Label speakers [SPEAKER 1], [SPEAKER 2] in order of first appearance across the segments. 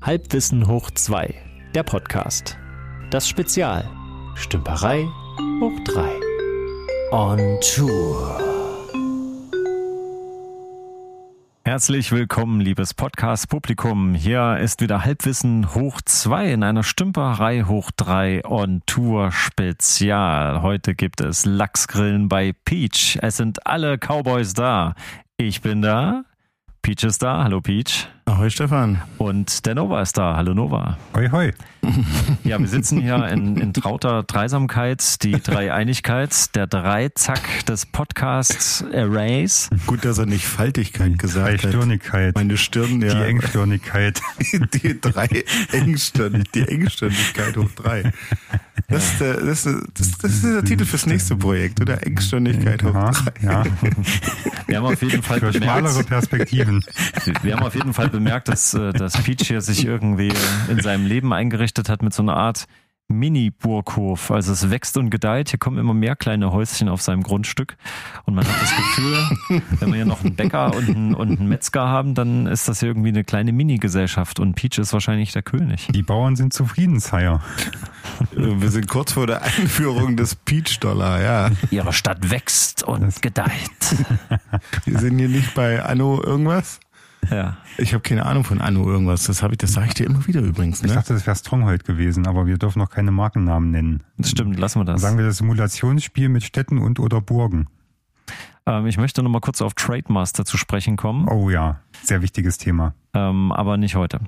[SPEAKER 1] Halbwissen hoch 2, der Podcast. Das Spezial. Stümperei hoch 3. On Tour.
[SPEAKER 2] Herzlich willkommen, liebes Podcast-Publikum. Hier ist wieder Halbwissen hoch 2 in einer Stümperei hoch 3 on Tour Spezial. Heute gibt es Lachsgrillen bei Peach. Es sind alle Cowboys da. Ich bin da. Peach ist da. Hallo Peach.
[SPEAKER 3] Ahoi Stefan.
[SPEAKER 2] Und der Nova ist da. Hallo Nova.
[SPEAKER 4] Hoi, hoi.
[SPEAKER 2] Ja, wir sitzen hier in, in trauter Dreisamkeit, die Dreieinigkeit, der Dreizack des Podcast-Arrays.
[SPEAKER 3] Gut, dass er nicht Faltigkeit gesagt hat.
[SPEAKER 4] Dreistirnigkeit.
[SPEAKER 3] Meine Stirn,
[SPEAKER 4] Die
[SPEAKER 3] ja.
[SPEAKER 4] Engstirnigkeit.
[SPEAKER 3] die drei Engstirn, die Engstirnigkeit hoch drei. Das ist, der, das, ist, das, ist- das ist der Titel fürs nächste Projekt, oder? Engstirnigkeit hoch
[SPEAKER 4] Aha,
[SPEAKER 3] drei.
[SPEAKER 4] ja.
[SPEAKER 2] Wir haben auf jeden Fall
[SPEAKER 4] Für
[SPEAKER 2] bemerkt,
[SPEAKER 4] schmalere Perspektiven.
[SPEAKER 2] Wir haben auf jeden Fall bemerkt, dass, äh, dass Peach hier sich irgendwie in seinem Leben eingerichtet hat mit so einer Art Mini-Burghof. Also es wächst und gedeiht. Hier kommen immer mehr kleine Häuschen auf seinem Grundstück. Und man hat das Gefühl, wenn wir hier noch einen Bäcker und einen, und einen Metzger haben, dann ist das hier irgendwie eine kleine Mini-Gesellschaft. Und Peach ist wahrscheinlich der König.
[SPEAKER 4] Die Bauern sind zufrieden, Sire.
[SPEAKER 3] Wir sind kurz vor der Einführung des Peach-Dollar, ja.
[SPEAKER 2] Ihre Stadt wächst und gedeiht.
[SPEAKER 3] Wir sind hier nicht bei Anno irgendwas.
[SPEAKER 2] Ja.
[SPEAKER 3] Ich habe keine Ahnung von Anno irgendwas. Das habe ich, das sage ich dir immer wieder übrigens,
[SPEAKER 4] Ich
[SPEAKER 3] ne?
[SPEAKER 4] dachte, das wäre Stronghold gewesen, aber wir dürfen noch keine Markennamen nennen.
[SPEAKER 2] Stimmt, lassen wir das.
[SPEAKER 4] Sagen wir das Simulationsspiel mit Städten und oder Burgen.
[SPEAKER 2] Ähm, ich möchte nochmal kurz auf Trademaster zu sprechen kommen,
[SPEAKER 4] Oh ja, sehr wichtiges Thema.
[SPEAKER 2] ähm, aber nicht heute.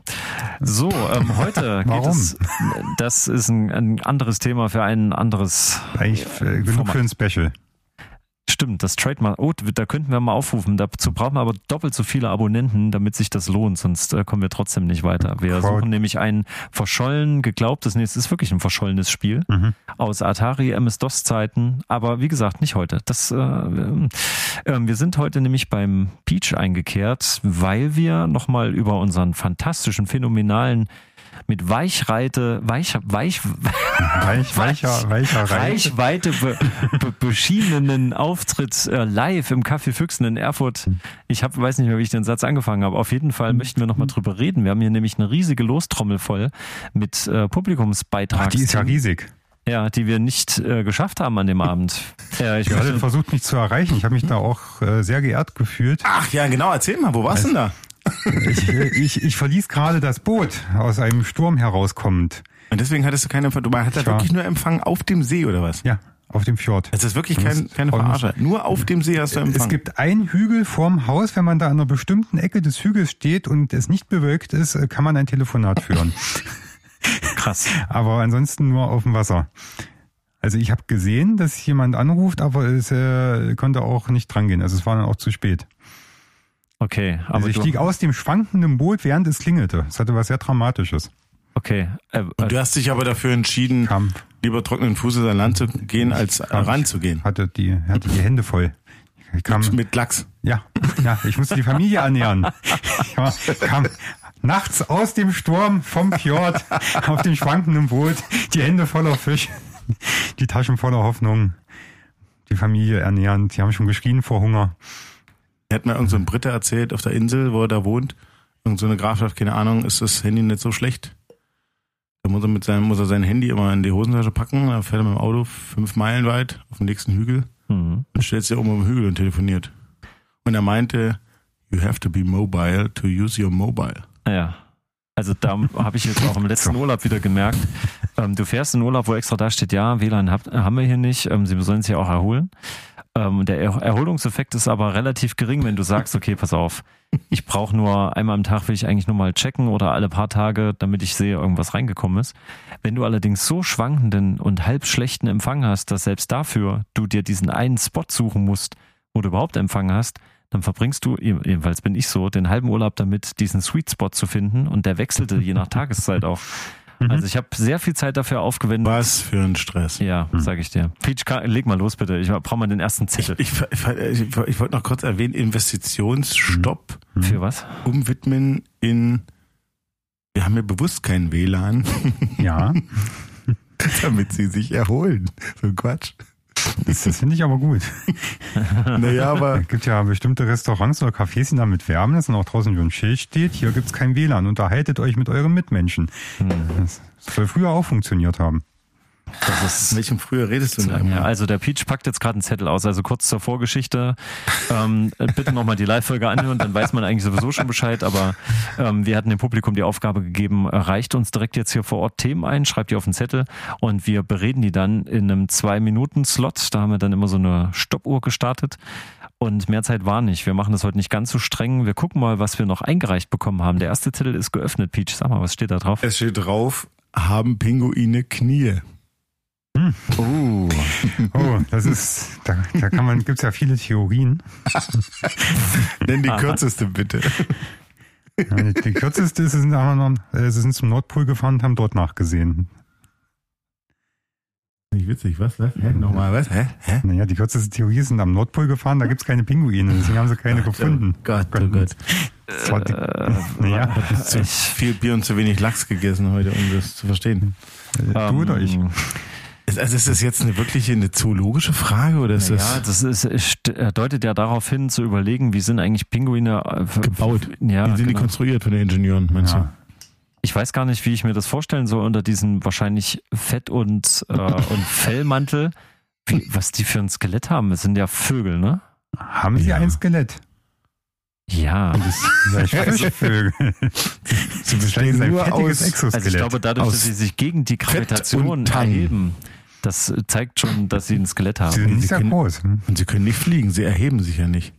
[SPEAKER 2] So, ähm, heute geht
[SPEAKER 4] Warum?
[SPEAKER 2] es. Das ist ein, ein anderes Thema für ein anderes.
[SPEAKER 4] Eigentlich äh, genug
[SPEAKER 2] Format.
[SPEAKER 4] für ein Special.
[SPEAKER 2] Stimmt, das Trademark. Oh, da könnten wir mal aufrufen. Dazu brauchen wir aber doppelt so viele Abonnenten, damit sich das lohnt. Sonst äh, kommen wir trotzdem nicht weiter. Wir
[SPEAKER 4] Crowd-
[SPEAKER 2] suchen nämlich ein verschollen geglaubtes, nee, es ist wirklich ein verschollenes Spiel aus Atari MS-DOS-Zeiten. Aber wie gesagt, nicht heute. Das, äh, ähm, ähm, wir sind heute nämlich beim Peach eingekehrt, weil wir nochmal über unseren fantastischen, phänomenalen, mit Weichreite, Weich, Weich,
[SPEAKER 4] Weich, weicher, weicher Reich.
[SPEAKER 2] Reichweite be, be, beschienenen Auftritt äh, live im Café Füchsen in Erfurt. Ich hab, weiß nicht mehr, wie ich den Satz angefangen habe. Auf jeden Fall möchten wir
[SPEAKER 4] Mhm.
[SPEAKER 2] nochmal drüber reden. Wir haben hier nämlich eine riesige Lostrommel voll mit äh, Publikumsbeitrags.
[SPEAKER 4] Ach, die ist ja riesig.
[SPEAKER 2] Ja, die wir nicht äh, geschafft haben an dem Abend. Ja, ich
[SPEAKER 4] Ich hatte
[SPEAKER 2] möchte,
[SPEAKER 4] versucht, mich zu erreichen. Ich habe mich da auch äh, sehr geehrt gefühlt.
[SPEAKER 3] Ach ja, genau, erzähl mal, wo warst du denn da?
[SPEAKER 4] Ich, äh, ich, ich verließ gerade das Boot, aus einem Sturm herauskommend.
[SPEAKER 3] Und deswegen hattest du keine Ver- Du Hat er
[SPEAKER 4] Tja.
[SPEAKER 3] wirklich nur Empfang auf dem See oder was?
[SPEAKER 4] Ja, auf dem Fjord.
[SPEAKER 3] Es ist wirklich kein, keine
[SPEAKER 4] Und-
[SPEAKER 3] Verarsche. Nur auf dem See hast du Empfang.
[SPEAKER 4] Es gibt einen Hügel vorm Haus, wenn man da an einer bestimmten Ecke des Hügels steht und es nicht bewölkt ist, äh, kann man ein Telefonat führen.
[SPEAKER 2] krass.
[SPEAKER 4] aber ansonsten nur auf dem Wasser. Also ich habe gesehen, dass jemand anruft, aber es äh, konnte auch nicht drangehen. Also es war dann auch zu spät.
[SPEAKER 2] Okay,
[SPEAKER 4] Also
[SPEAKER 2] aber
[SPEAKER 4] ich
[SPEAKER 2] du,
[SPEAKER 4] stieg aus dem schwankenden Boot, während es klingelte. Es hatte was sehr Dramatisches.
[SPEAKER 2] okay. Äh,
[SPEAKER 3] Und
[SPEAKER 2] äh,
[SPEAKER 3] du hast dich aber dafür entschieden,
[SPEAKER 4] Kampf.
[SPEAKER 3] lieber trockenen Fußes an Land zu gehen, als
[SPEAKER 4] Kampf.
[SPEAKER 3] ranzugehen.
[SPEAKER 4] Hatte die, hatte die Hände voll. Ich kam,
[SPEAKER 3] Mit Lachs.
[SPEAKER 4] Ja, ja, ich musste die Familie ernähren. Ich war, kam nachts aus dem Sturm vom Fjord auf dem schwankenden Boot, die Hände voller Fisch, die Taschen voller Hoffnung, die Familie ernähren. Die haben schon geschrien vor Hunger.
[SPEAKER 3] Er hat mir irgend so ein Brite erzählt auf der Insel, wo er da wohnt. Irgend so eine Grafschaft, keine Ahnung, ist das Handy nicht so schlecht. Da muss er mit seinem, muss er sein Handy immer in die Hosentasche packen, dann fährt er mit dem Auto fünf Meilen weit auf den nächsten Hügel
[SPEAKER 2] mhm.
[SPEAKER 3] und stellt sich oben am Hügel und telefoniert. Und er meinte, you have to be mobile to use your mobile.
[SPEAKER 2] Ja. Also da habe ich jetzt auch im letzten Urlaub wieder gemerkt, ähm, du fährst in den Urlaub, wo extra da steht, ja, WLAN habt, haben wir hier nicht, ähm, sie sollen sich ja auch erholen. Ähm, der Er- Erholungseffekt ist aber relativ gering, wenn du sagst, okay, pass auf, ich brauche nur einmal am Tag will ich eigentlich nur mal checken oder alle paar Tage, damit ich sehe, irgendwas reingekommen ist. Wenn du allerdings so schwankenden und halb schlechten Empfang hast, dass selbst dafür du dir diesen einen Spot suchen musst, wo du überhaupt Empfang hast, dann verbringst du, jedenfalls bin ich so, den halben Urlaub damit, diesen Sweet Spot zu finden und der wechselte je nach Tageszeit auch. Also ich habe sehr viel Zeit dafür aufgewendet.
[SPEAKER 3] Was für ein Stress.
[SPEAKER 2] Ja, sage ich dir. Peach, kann, leg mal los bitte. Ich brauche mal den ersten Zettel.
[SPEAKER 3] Ich, ich, ich, ich wollte noch kurz erwähnen, Investitionsstopp
[SPEAKER 2] Für was?
[SPEAKER 3] umwidmen in wir haben ja bewusst kein WLAN,
[SPEAKER 4] Ja,
[SPEAKER 3] damit sie sich erholen. So ein Quatsch.
[SPEAKER 4] Das, das finde ich aber gut.
[SPEAKER 3] Naja, aber
[SPEAKER 4] Es gibt ja bestimmte Restaurants oder Cafés, die damit werben, dass dann auch draußen so ein Schild steht, hier gibt's kein WLAN, unterhaltet euch mit euren Mitmenschen. Das soll früher auch funktioniert haben.
[SPEAKER 3] von welchem früher redest du denn?
[SPEAKER 2] Ja,
[SPEAKER 3] eigentlich?
[SPEAKER 2] also der Peach packt jetzt gerade einen Zettel aus. Also kurz zur Vorgeschichte. Ähm, bitte nochmal die Live-Folge anhören, dann weiß man eigentlich sowieso schon Bescheid. Aber ähm, wir hatten dem Publikum die Aufgabe gegeben, äh, reicht uns direkt jetzt hier vor Ort Themen ein, schreibt die auf den Zettel und wir bereden die dann in einem Zwei-Minuten-Slot. Da haben wir dann immer so eine Stoppuhr gestartet. Und mehr Zeit war nicht. Wir machen das heute nicht ganz so streng. Wir gucken mal, was wir noch eingereicht bekommen haben. Der erste Zettel ist geöffnet. Peach, sag mal, was steht da drauf?
[SPEAKER 3] Es steht drauf, haben Pinguine Knie. Hm.
[SPEAKER 2] Oh.
[SPEAKER 4] Oh, das ist, da, da kann man, gibt's ja viele Theorien.
[SPEAKER 3] Nenn die kürzeste bitte.
[SPEAKER 4] Ja, Die, die kürzeste ist, sie sind, einmal noch, äh, sie sind zum Nordpol gefahren und haben dort nachgesehen.
[SPEAKER 3] Nicht witzig, was? was? Hä? Nochmal, was? Hä? Hä?
[SPEAKER 4] Naja, die kürzeste Theorie ist, sie sind am Nordpol gefahren, da gibt's keine Pinguine, deswegen haben sie keine gefunden.
[SPEAKER 3] Gott, oh Gott. Äh,
[SPEAKER 4] Das war die, naja,
[SPEAKER 3] Zu viel Bier und zu wenig Lachs gegessen heute, um das zu verstehen.
[SPEAKER 4] äh,
[SPEAKER 3] ähm,
[SPEAKER 4] du oder
[SPEAKER 2] ähm,
[SPEAKER 4] ich.
[SPEAKER 3] Ist, also ist das jetzt eine wirkliche eine zoologische Frage oder ist
[SPEAKER 2] Ja,
[SPEAKER 3] das?
[SPEAKER 2] das ist, es st- äh, deutet ja darauf hin, zu überlegen, wie sind eigentlich Pinguine gebaut. Ja,
[SPEAKER 3] Wie sind die
[SPEAKER 2] genau.
[SPEAKER 3] konstruiert von den Ingenieuren, meinst
[SPEAKER 4] Ja.
[SPEAKER 2] Ich weiß gar nicht, wie ich mir das vorstellen soll unter diesem wahrscheinlich Fett- und, äh, und Fellmantel. Wie, was die für ein Skelett haben, das sind ja Vögel, ne?
[SPEAKER 4] Haben sie
[SPEAKER 3] Ja.
[SPEAKER 4] ein Skelett?
[SPEAKER 2] Ja. Also
[SPEAKER 4] Das Fischvögel.
[SPEAKER 3] du? Sie
[SPEAKER 4] Vielleicht
[SPEAKER 3] bestehen
[SPEAKER 4] ist ein
[SPEAKER 3] nur
[SPEAKER 4] fettiges
[SPEAKER 3] aus.
[SPEAKER 4] Exoskelett.
[SPEAKER 2] Also ich glaube, dadurch,
[SPEAKER 3] Aus
[SPEAKER 2] dass sie sich gegen die Gravitation
[SPEAKER 3] und Tang.
[SPEAKER 2] erheben, das äh, zeigt schon, dass sie ein Skelett
[SPEAKER 4] Sie
[SPEAKER 2] haben.
[SPEAKER 4] sind
[SPEAKER 3] Sie
[SPEAKER 4] nicht sehr
[SPEAKER 3] können-
[SPEAKER 4] groß. Hm?
[SPEAKER 3] Und sie können nicht fliegen, sie erheben sich ja nicht.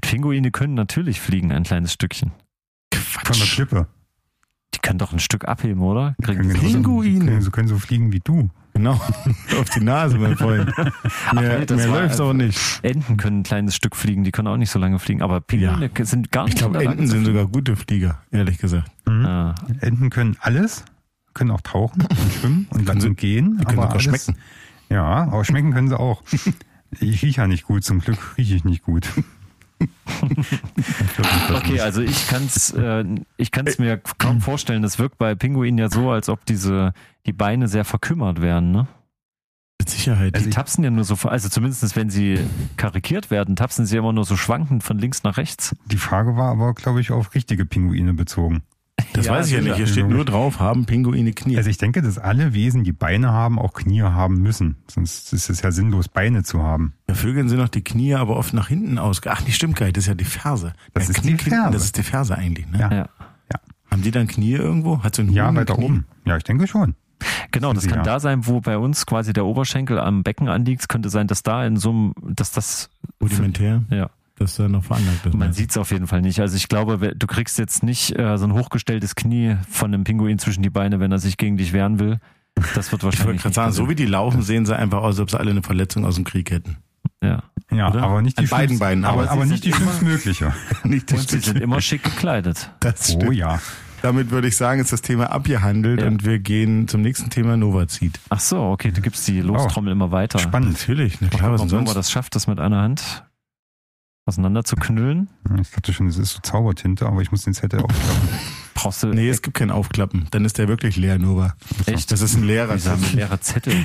[SPEAKER 2] Pinguine können natürlich fliegen, ein kleines Stückchen.
[SPEAKER 4] Von der Klippe.
[SPEAKER 2] Die können doch ein Stück abheben, oder? Kriegen
[SPEAKER 4] Können
[SPEAKER 2] die
[SPEAKER 4] genauso-
[SPEAKER 3] Pinguine.
[SPEAKER 4] Können, so- können so fliegen wie du.
[SPEAKER 3] Genau. Auf die Nase, mein Freund. Mehr,
[SPEAKER 2] nee, das
[SPEAKER 3] mehr
[SPEAKER 2] war- also
[SPEAKER 3] läuft's aber nicht.
[SPEAKER 2] Enten können ein kleines Stück fliegen, die können auch nicht so lange fliegen, aber Pinguine sind gar nicht
[SPEAKER 3] Ich
[SPEAKER 2] in
[SPEAKER 3] glaube,
[SPEAKER 2] der Lage
[SPEAKER 3] Enten
[SPEAKER 2] zu
[SPEAKER 3] sind
[SPEAKER 2] fliegen.
[SPEAKER 3] sogar gute Flieger, ehrlich gesagt.
[SPEAKER 2] Ah,
[SPEAKER 4] Enten können alles, können auch tauchen und schwimmen und dann so gehen.
[SPEAKER 3] Die können
[SPEAKER 4] aber
[SPEAKER 3] sogar
[SPEAKER 4] alles,
[SPEAKER 3] schmecken.
[SPEAKER 4] Ja, aber schmecken können sie auch. Ich rieche ja nicht gut, zum Glück rieche ich nicht gut.
[SPEAKER 2] Okay, also ich kann's, äh, ich kann's mir kaum vorstellen. Das wirkt bei Pinguinen ja so, als ob diese die Beine sehr verkümmert wären. Ne?
[SPEAKER 3] Mit Sicherheit.
[SPEAKER 2] Die tapsen ja nur so, also zumindest wenn sie karikiert werden, tapsen sie immer nur so schwankend von links nach rechts.
[SPEAKER 4] Die Frage war aber, glaube ich, auf richtige Pinguine bezogen.
[SPEAKER 3] das
[SPEAKER 2] Ja,
[SPEAKER 3] weiß ich ja
[SPEAKER 2] sicher.
[SPEAKER 3] nicht. Hier steht nur drauf, haben Pinguine Knie.
[SPEAKER 4] Also ich denke, dass alle Wesen, die Beine haben, auch Knie haben müssen. Sonst ist es ja sinnlos, Beine zu haben.
[SPEAKER 3] Bei Vögeln sind auch die Knie aber oft nach hinten ausge... Ach, nee, stimmt gar nicht. Das ist ja die Ferse.
[SPEAKER 4] Das
[SPEAKER 3] ja,
[SPEAKER 4] ist
[SPEAKER 3] Knie-
[SPEAKER 4] die
[SPEAKER 3] Knie-
[SPEAKER 4] Ferse.
[SPEAKER 3] Das ist die Ferse eigentlich, ne?
[SPEAKER 4] Ja.
[SPEAKER 2] Ja.
[SPEAKER 3] Haben die dann Knie irgendwo? Hat so ein
[SPEAKER 4] Ja,
[SPEAKER 3] Huhn ein
[SPEAKER 4] weiter
[SPEAKER 3] Hm, Knie?
[SPEAKER 4] oben. Ja, ich denke schon.
[SPEAKER 2] Genau, das kann
[SPEAKER 4] Ja.
[SPEAKER 2] da sein, wo bei uns quasi der Oberschenkel am Becken anliegt. Es könnte sein, dass da in so einem, dass das,
[SPEAKER 3] Rudimentär,
[SPEAKER 2] ja.
[SPEAKER 3] dass da noch veranlagt ne? ist.
[SPEAKER 2] Man sieht es auf jeden Fall nicht. Also ich glaube, we- du kriegst jetzt nicht äh, so ein hochgestelltes Knie von einem Pinguin zwischen die Beine, wenn er sich gegen dich wehren will. Das wird
[SPEAKER 3] Ich wollte
[SPEAKER 2] wahrscheinlich.
[SPEAKER 3] gerade sagen,
[SPEAKER 2] nicht
[SPEAKER 3] so wie die laufen, sehen sie einfach aus, als ob sie alle eine Verletzung aus dem Krieg hätten.
[SPEAKER 2] ja.
[SPEAKER 4] Ja,
[SPEAKER 3] Oder?
[SPEAKER 4] aber nicht die
[SPEAKER 3] An beiden
[SPEAKER 4] schlimmst-
[SPEAKER 3] Beinen, aber
[SPEAKER 4] Aber,
[SPEAKER 3] sie
[SPEAKER 4] aber
[SPEAKER 3] sind
[SPEAKER 4] nicht die schlimmstmögliche.
[SPEAKER 3] Nicht
[SPEAKER 2] Und sie sind immer schick gekleidet.
[SPEAKER 3] Das
[SPEAKER 4] Oh
[SPEAKER 3] stimmt.
[SPEAKER 4] ja.
[SPEAKER 3] Damit würde ich sagen, ist das Thema abgehandelt
[SPEAKER 2] Ja.
[SPEAKER 3] und wir gehen zum nächsten Thema Novazid.
[SPEAKER 2] Ach so, okay, du gibst die Lostrommel immer weiter.
[SPEAKER 4] Spannend.
[SPEAKER 3] Natürlich, na klar, Oh. was
[SPEAKER 2] Ob
[SPEAKER 3] denn
[SPEAKER 2] man
[SPEAKER 3] sonst?
[SPEAKER 2] das schafft, das mit einer Hand auseinander zu knüllen,
[SPEAKER 4] Ich dachte schon, es ist so Zaubertinte, aber ich muss den Zettel aufklappen.
[SPEAKER 2] brauchst du
[SPEAKER 3] Nee, es gibt kein Aufklappen. Dann ist der wirklich leer, Nova.
[SPEAKER 2] echt
[SPEAKER 3] Das ist ein leerer
[SPEAKER 2] dieser
[SPEAKER 3] Zettel.
[SPEAKER 2] leere Zettel.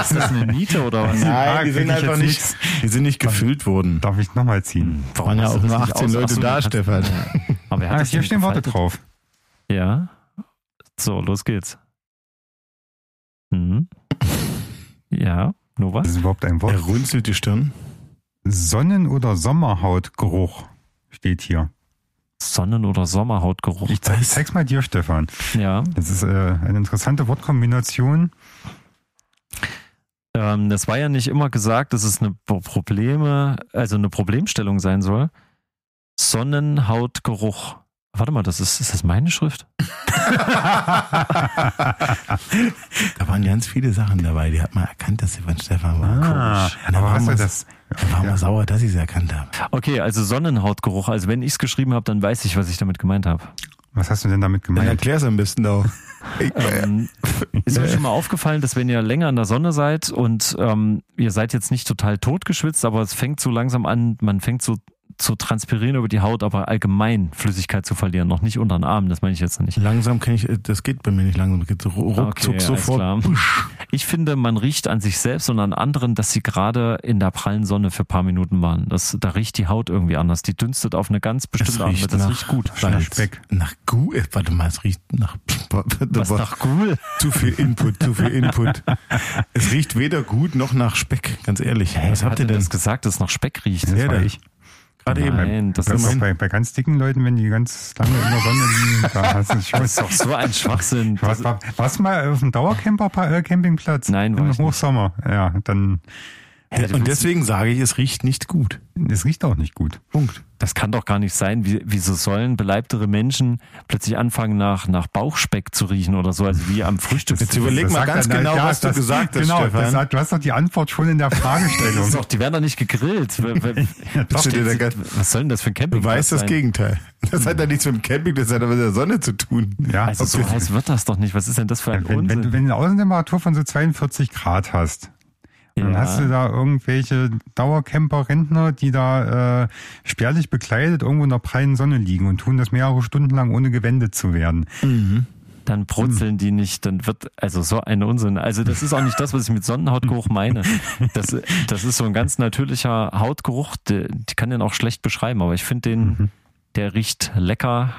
[SPEAKER 2] ist das eine Miete oder was?
[SPEAKER 3] Nein,
[SPEAKER 4] Ah,
[SPEAKER 3] die
[SPEAKER 4] krieg
[SPEAKER 3] sind
[SPEAKER 4] ich
[SPEAKER 3] einfach
[SPEAKER 4] jetzt
[SPEAKER 3] nicht, die sind nicht gefüllt worden.
[SPEAKER 4] Darf ich nochmal ziehen?
[SPEAKER 3] Da waren ja
[SPEAKER 2] hast du
[SPEAKER 3] auch
[SPEAKER 2] das
[SPEAKER 3] nur
[SPEAKER 2] nicht
[SPEAKER 3] 18
[SPEAKER 2] aus-
[SPEAKER 3] Leute
[SPEAKER 2] Ach so,
[SPEAKER 3] da,
[SPEAKER 2] du hast-
[SPEAKER 3] Stefan.
[SPEAKER 2] Aber er hat
[SPEAKER 4] Ah,
[SPEAKER 2] das
[SPEAKER 4] hier
[SPEAKER 2] nicht
[SPEAKER 4] stehen Worte
[SPEAKER 2] gefaltet.
[SPEAKER 4] drauf.
[SPEAKER 2] Ja. So, los geht's. Mhm. Ja, Nova?
[SPEAKER 4] Das ist überhaupt ein
[SPEAKER 3] Er
[SPEAKER 4] Wort.
[SPEAKER 3] runzelt die Stirn.
[SPEAKER 4] Sonnen- oder Sommerhautgeruch steht hier.
[SPEAKER 2] Sonnen- oder Sommerhautgeruch?
[SPEAKER 4] Ich, zeig, ich zeig's mal dir, Stefan.
[SPEAKER 2] Ja.
[SPEAKER 4] Das ist äh, eine interessante Wortkombination.
[SPEAKER 2] Ähm, das war ja nicht immer gesagt, dass es eine Pro- Probleme, also eine Problemstellung sein soll. Sonnenhautgeruch. Warte mal, das ist, ist das meine Schrift? Ah,
[SPEAKER 3] Da waren ganz viele Sachen dabei. Die hat man erkannt, dass sie von Stefan waren. Komisch. Ja, da
[SPEAKER 4] Ah, aber
[SPEAKER 3] waren
[SPEAKER 4] was
[SPEAKER 3] wir-
[SPEAKER 4] war das?
[SPEAKER 3] Da waren wir
[SPEAKER 4] Ja.
[SPEAKER 3] sauer, dass ich sie erkannt habe.
[SPEAKER 2] Okay, also Sonnenhautgeruch. Also wenn ich es geschrieben habe, dann weiß ich, was ich damit gemeint habe.
[SPEAKER 4] Was hast du denn damit
[SPEAKER 3] Dann
[SPEAKER 4] gemeint?
[SPEAKER 3] erklär's am besten auch. Ich,
[SPEAKER 2] Ähm, ist euch schon mal aufgefallen, dass wenn ihr länger in der Sonne seid und ähm, ihr seid jetzt nicht total totgeschwitzt, aber es fängt so langsam an, man fängt so zu transpirieren über die Haut, aber allgemein Flüssigkeit zu verlieren, noch nicht unter den Armen, das meine ich jetzt nicht.
[SPEAKER 3] äh, Langsam kann ich, das geht bei mir nicht langsam, das geht so ruckzuck
[SPEAKER 2] Ah, alles
[SPEAKER 3] sofort.
[SPEAKER 2] klar.
[SPEAKER 3] Pusch.
[SPEAKER 2] Ich finde, man riecht an sich selbst und an anderen, dass sie gerade in der prallen Sonne für ein paar Minuten waren. Das, da riecht die Haut irgendwie anders. Die dünstet auf eine ganz bestimmte Art. Das riecht gut.
[SPEAKER 3] Nach Speck. Nach Gu. äh, Warte mal, es riecht nach.
[SPEAKER 2] Was nach cool?
[SPEAKER 3] Zu viel Input, zu viel Input. es riecht weder gut noch nach Speck, ganz ehrlich. Was habt ihr denn?
[SPEAKER 2] das gesagt, dass nach Speck riecht?
[SPEAKER 3] Ja, da-
[SPEAKER 4] ich.
[SPEAKER 3] Gerade eben.
[SPEAKER 2] Nein, das
[SPEAKER 4] Das
[SPEAKER 2] ist,
[SPEAKER 4] bei, bei ganz dicken Leuten, wenn die ganz lange in der Sonne liegen, da hast du schon.
[SPEAKER 2] das ist doch so ein Schwachsinn.
[SPEAKER 4] Was, war, warst du mal auf dem Dauercamper äh, Campingplatz?
[SPEAKER 2] Nein, war
[SPEAKER 4] Im
[SPEAKER 2] ich nicht.
[SPEAKER 4] Hochsommer. Ja, dann
[SPEAKER 3] Und deswegen sage ich, es riecht nicht gut.
[SPEAKER 4] es riecht auch nicht gut.
[SPEAKER 3] Punkt.
[SPEAKER 2] Das kann doch gar nicht sein. Wie, wieso sollen beleibtere Menschen plötzlich anfangen, nach, nach Bauchspeck zu riechen oder so, also wie am Frühstück?
[SPEAKER 3] Jetzt überleg
[SPEAKER 4] Das
[SPEAKER 3] mal
[SPEAKER 4] sagt
[SPEAKER 3] ganz
[SPEAKER 4] dann-
[SPEAKER 3] genau,
[SPEAKER 4] ja,
[SPEAKER 3] was du
[SPEAKER 4] das-
[SPEAKER 3] gesagt hast,
[SPEAKER 4] Genau,
[SPEAKER 3] Stefan.
[SPEAKER 4] das hat, du hast doch die Antwort schon in der
[SPEAKER 2] Das
[SPEAKER 4] Fragestellung.
[SPEAKER 2] ist doch, die werden doch nicht gegrillt. W- w-
[SPEAKER 3] Bist du dir da ganz-
[SPEAKER 2] Was soll denn das für ein Camping?
[SPEAKER 3] Beweis das
[SPEAKER 2] sein?
[SPEAKER 3] Gegenteil. Das hat ja nichts mit dem Camping, das hat aber mit der Sonne zu tun.
[SPEAKER 4] ja,
[SPEAKER 2] Also
[SPEAKER 4] ob
[SPEAKER 2] so
[SPEAKER 4] du-
[SPEAKER 2] heiß wird das doch nicht. Was ist denn das für ein
[SPEAKER 4] wenn, wenn,
[SPEAKER 2] Unsinn?
[SPEAKER 4] du, wenn du eine Außentemperatur von so 42 Grad hast, dann
[SPEAKER 2] Ja.
[SPEAKER 4] hast du da irgendwelche Dauercamper-Rentner, die da äh, spärlich bekleidet irgendwo in der prallen Sonne liegen und tun das mehrere Stunden lang, ohne gewendet zu werden.
[SPEAKER 2] dann brutzeln die nicht, dann wird also so ein Unsinn. Also das ist auch nicht das, was ich mit Sonnenhautgeruch meine. Das, das ist so ein ganz natürlicher Hautgeruch, der- die kann den auch schlecht beschreiben, aber ich finde den, der riecht lecker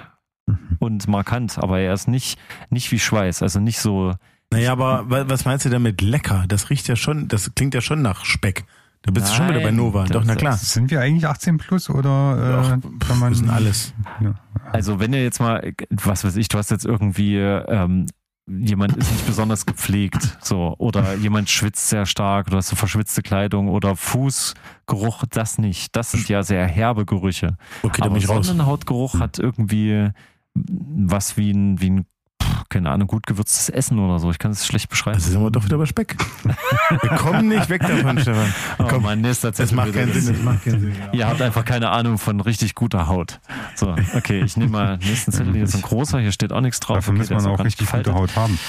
[SPEAKER 2] und markant, aber er ist nicht, nicht wie Schweiß, also nicht so,
[SPEAKER 3] Naja, aber wa- was meinst du damit lecker? Das riecht ja schon, das klingt ja schon nach Speck. Da bist du schon wieder bei
[SPEAKER 2] Nein,
[SPEAKER 3] Nova.
[SPEAKER 2] das
[SPEAKER 3] Doch, na klar.
[SPEAKER 2] ist-
[SPEAKER 4] Sind wir eigentlich 18 plus oder äh,
[SPEAKER 3] Doch,
[SPEAKER 4] kann man
[SPEAKER 3] wissen alles.
[SPEAKER 4] Ja.
[SPEAKER 2] Also wenn ihr jetzt mal, was weiß ich, du hast jetzt irgendwie, ähm, jemand ist nicht besonders gepflegt, so, oder jemand schwitzt sehr stark, du hast so verschwitzte Kleidung oder Fußgeruch, das nicht. Das sind ja sehr herbe Gerüche.
[SPEAKER 3] Okay, da
[SPEAKER 2] Aber
[SPEAKER 3] bin ich raus. Hm.
[SPEAKER 2] Sonnenhautgeruch hat irgendwie äh, was wie ein, wie ein pff, keine Ahnung, gut gewürztes Essen oder so. Ich kann es schlecht beschreiben.
[SPEAKER 3] Also sind wir doch wieder bei Speck. Wir kommen nicht weg davon, Stefan.
[SPEAKER 2] oh
[SPEAKER 3] komm,
[SPEAKER 2] Mann, nee, ist tatsächlich
[SPEAKER 3] Das macht
[SPEAKER 2] wieder
[SPEAKER 3] keinen
[SPEAKER 2] das-
[SPEAKER 3] Sinn. Das macht keinen Sinn. ja.
[SPEAKER 2] Ihr habt einfach keine Ahnung von richtig guter Haut. So, okay, ich nehme mal nächsten Zettel. Hier ist ein großer, hier steht auch nichts drauf.
[SPEAKER 4] Dafür
[SPEAKER 2] okay,
[SPEAKER 4] muss
[SPEAKER 2] der ist
[SPEAKER 4] man auch
[SPEAKER 2] gar nicht
[SPEAKER 4] richtig gute
[SPEAKER 2] gefaltet.
[SPEAKER 4] Haut haben.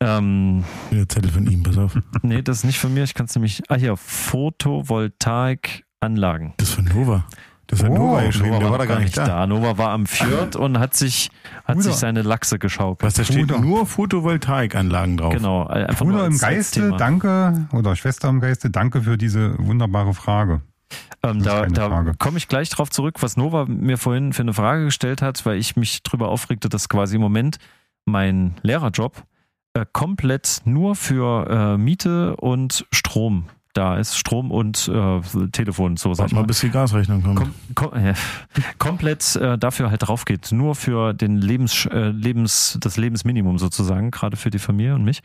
[SPEAKER 2] Ähm,
[SPEAKER 3] Der Zettel von ihm, pass auf.
[SPEAKER 2] nee, das ist nicht von mir. Ich kann es nämlich. Ah, hier, Photovoltaikanlagen.
[SPEAKER 3] Das ist von Nova. Das hat
[SPEAKER 4] Oh,
[SPEAKER 3] Nova geschrieben, der war da gar nicht da.
[SPEAKER 2] Nova war am Fjord und hat sich, hat
[SPEAKER 4] Bruder.
[SPEAKER 2] sich seine Lachse geschaukelt.
[SPEAKER 3] Was, da steht
[SPEAKER 4] Bruder.
[SPEAKER 3] nur Photovoltaikanlagen drauf.
[SPEAKER 2] Genau, äh, einfach nur
[SPEAKER 4] Bruder im
[SPEAKER 2] als- als
[SPEAKER 4] Geiste,
[SPEAKER 2] Thema.
[SPEAKER 4] danke, oder Schwester im Geiste, danke für diese wunderbare Frage.
[SPEAKER 2] Ähm,
[SPEAKER 4] Das ist
[SPEAKER 2] da
[SPEAKER 4] keine
[SPEAKER 2] da
[SPEAKER 4] Frage.
[SPEAKER 2] komme ich gleich drauf zurück, was Nova mir vorhin für eine Frage gestellt hat, weil ich mich drüber aufregte, dass quasi im Moment mein Lehrerjob äh, komplett nur für äh, Miete und Strom da ist. Strom und äh, Telefon, so sag ich
[SPEAKER 3] Warte mal,
[SPEAKER 2] mal.
[SPEAKER 3] bis die Gasrechnung kommt.
[SPEAKER 2] Kom kom äh, komplett äh, dafür halt drauf geht. Nur für den Lebens äh, Lebens das Lebensminimum sozusagen, gerade für die Familie und mich.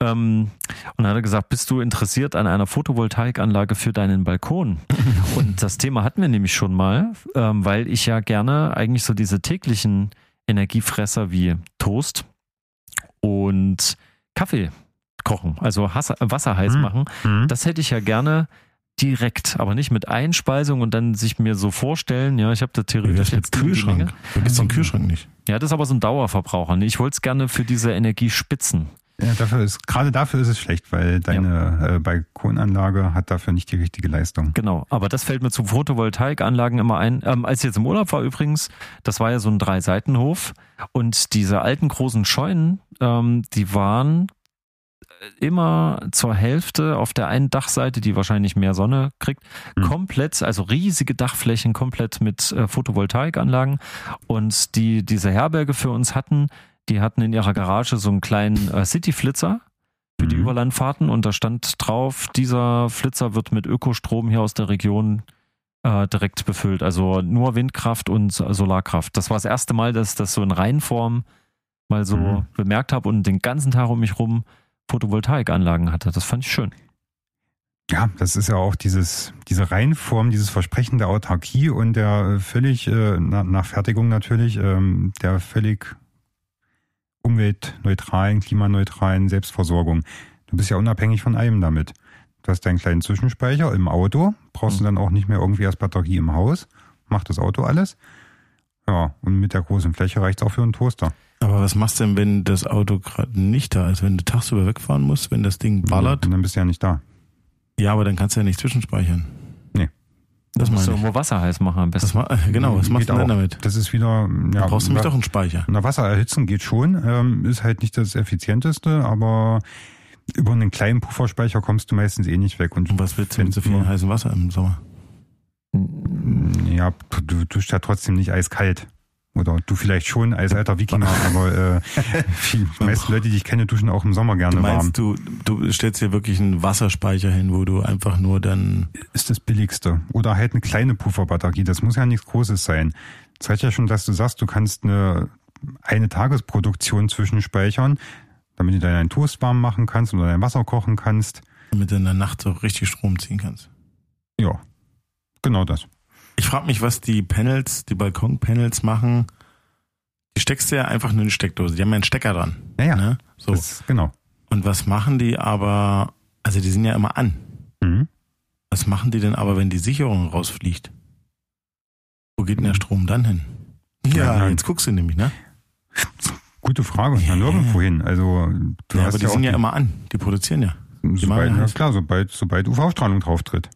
[SPEAKER 2] Ähm, und dann hat er gesagt, bist du interessiert an einer Photovoltaikanlage für deinen Balkon? und das Thema hatten wir nämlich schon mal, ähm, weil ich ja gerne eigentlich so diese täglichen Energiefresser wie Toast und Kaffee kochen, also Hass Wasser heiß
[SPEAKER 4] Hm.
[SPEAKER 2] machen,
[SPEAKER 4] Hm?
[SPEAKER 2] das hätte ich ja gerne direkt, aber nicht mit Einspeisung und dann sich mir so vorstellen, ja, ich habe da
[SPEAKER 3] Wie
[SPEAKER 2] theoretisch
[SPEAKER 3] wär's mit
[SPEAKER 2] jetzt die
[SPEAKER 3] Kühlschrank?
[SPEAKER 2] Menge.
[SPEAKER 3] Vergiss den Kühlschrank nicht.
[SPEAKER 2] Ja, das ist aber so ein Dauerverbraucher. ne? Ich wollte es gerne für diese Energiespitzen.
[SPEAKER 4] Ja, dafür ist, gerade dafür ist es schlecht, weil deine äh, Balkonanlage hat dafür nicht die richtige Leistung.
[SPEAKER 2] Genau, aber das fällt mir zu Photovoltaikanlagen immer ein. Ähm, als ich jetzt im Urlaub war übrigens, das war ja so ein Drei-Seiten-Hof und diese alten großen Scheunen, ähm, die waren äh, immer zur Hälfte auf der einen Dachseite, die wahrscheinlich mehr Sonne kriegt,
[SPEAKER 4] Mhm.
[SPEAKER 2] komplett, also riesige Dachflächen komplett mit äh, Photovoltaikanlagen und die diese Herberge für uns hatten, die hatten in ihrer Garage so einen kleinen äh, City-Flitzer für die
[SPEAKER 4] Mhm.
[SPEAKER 2] Überlandfahrten und da stand drauf, dieser Flitzer wird mit Ökostrom hier aus der Region äh, direkt befüllt. Also nur Windkraft und So- Solarkraft. Das war das erste Mal, dass ich das so in Reihenform mal so
[SPEAKER 4] Mhm.
[SPEAKER 2] bemerkt habe und den ganzen Tag um mich rum Photovoltaikanlagen hatte. Das fand ich schön.
[SPEAKER 4] Ja, das ist ja auch dieses, diese Reihenform, dieses Versprechen der Autarkie und der äh, völlig, äh, na, nach Fertigung natürlich, ähm, der völlig umweltneutralen, klimaneutralen Selbstversorgung. Du bist ja unabhängig von allem damit. Du hast deinen kleinen Zwischenspeicher im Auto, brauchst
[SPEAKER 2] Mhm.
[SPEAKER 4] du dann auch nicht mehr irgendwie erst Batterie im Haus, macht das Auto alles. Ja, und mit der großen Fläche reicht's auch für einen Toaster.
[SPEAKER 3] Aber was machst du denn, wenn das Auto gerade nicht da ist? Wenn du tagsüber wegfahren musst, wenn das Ding ballert?
[SPEAKER 4] Und dann bist du ja nicht da.
[SPEAKER 3] Ja, aber dann kannst du ja nicht zwischenspeichern.
[SPEAKER 4] Nee.
[SPEAKER 3] Das
[SPEAKER 2] Musst du
[SPEAKER 3] meine ich.
[SPEAKER 2] irgendwo Wasser heiß machen am
[SPEAKER 3] Das
[SPEAKER 2] besten.
[SPEAKER 3] ma äh, genau, was
[SPEAKER 4] Geht
[SPEAKER 3] machst du denn
[SPEAKER 4] auch.
[SPEAKER 3] damit?
[SPEAKER 4] Das ist wieder, ja,
[SPEAKER 3] Da brauchst du
[SPEAKER 4] wa-
[SPEAKER 3] nämlich doch einen Speicher.
[SPEAKER 4] Na, Wasser erhitzen geht schon, ähm, ist halt nicht das effizienteste, aber über einen kleinen Pufferspeicher kommst du meistens eh nicht weg. Und
[SPEAKER 3] Und was willst du mit so viel heißem Wasser im Sommer?
[SPEAKER 4] ja, du- du tust ja trotzdem nicht eiskalt. Oder du vielleicht schon als alter Wikinger, aber äh, die meisten Leute, die ich kenne, duschen auch im Sommer gerne warm.
[SPEAKER 3] Meinst du, du stellst dir wirklich einen Wasserspeicher hin, wo du einfach nur dann
[SPEAKER 4] Ist das billigste. Oder halt eine kleine Pufferbatterie. Das muss ja nichts Großes sein. Das heißt ja schon, dass du sagst, du kannst eine, eine Tagesproduktion zwischenspeichern, damit du deinen Toast warm machen kannst oder dein Wasser kochen kannst.
[SPEAKER 3] mit in der Nacht so richtig Strom ziehen kannst?
[SPEAKER 4] Ja, genau das.
[SPEAKER 3] Ich frage mich, was die Panels, die Balkonpanels machen. Die steckst du ja einfach nur in eine Steckdose. Die haben ja einen Stecker dran.
[SPEAKER 4] Naja,
[SPEAKER 3] Ne? So.
[SPEAKER 4] das, genau.
[SPEAKER 3] Und was machen die aber? Also die sind ja immer an.
[SPEAKER 4] Mhm.
[SPEAKER 3] Was machen die denn aber, wenn die Sicherung rausfliegt? Wo geht denn der Strom dann hin?
[SPEAKER 4] Ja,
[SPEAKER 3] Ja,
[SPEAKER 4] nein.
[SPEAKER 3] jetzt guckst du nämlich, ne?
[SPEAKER 4] Gute Frage. Na,
[SPEAKER 3] Ja.
[SPEAKER 4] nirgendwo hin. Also, du
[SPEAKER 3] Ja,
[SPEAKER 4] hast
[SPEAKER 3] aber die
[SPEAKER 4] ja auch
[SPEAKER 3] sind ja
[SPEAKER 4] die-
[SPEAKER 3] immer an. Die produzieren ja.
[SPEAKER 4] Sobald,
[SPEAKER 3] machen
[SPEAKER 4] ja
[SPEAKER 3] halt-
[SPEAKER 4] klar, sobald, sobald UV-Strahlung drauf tritt,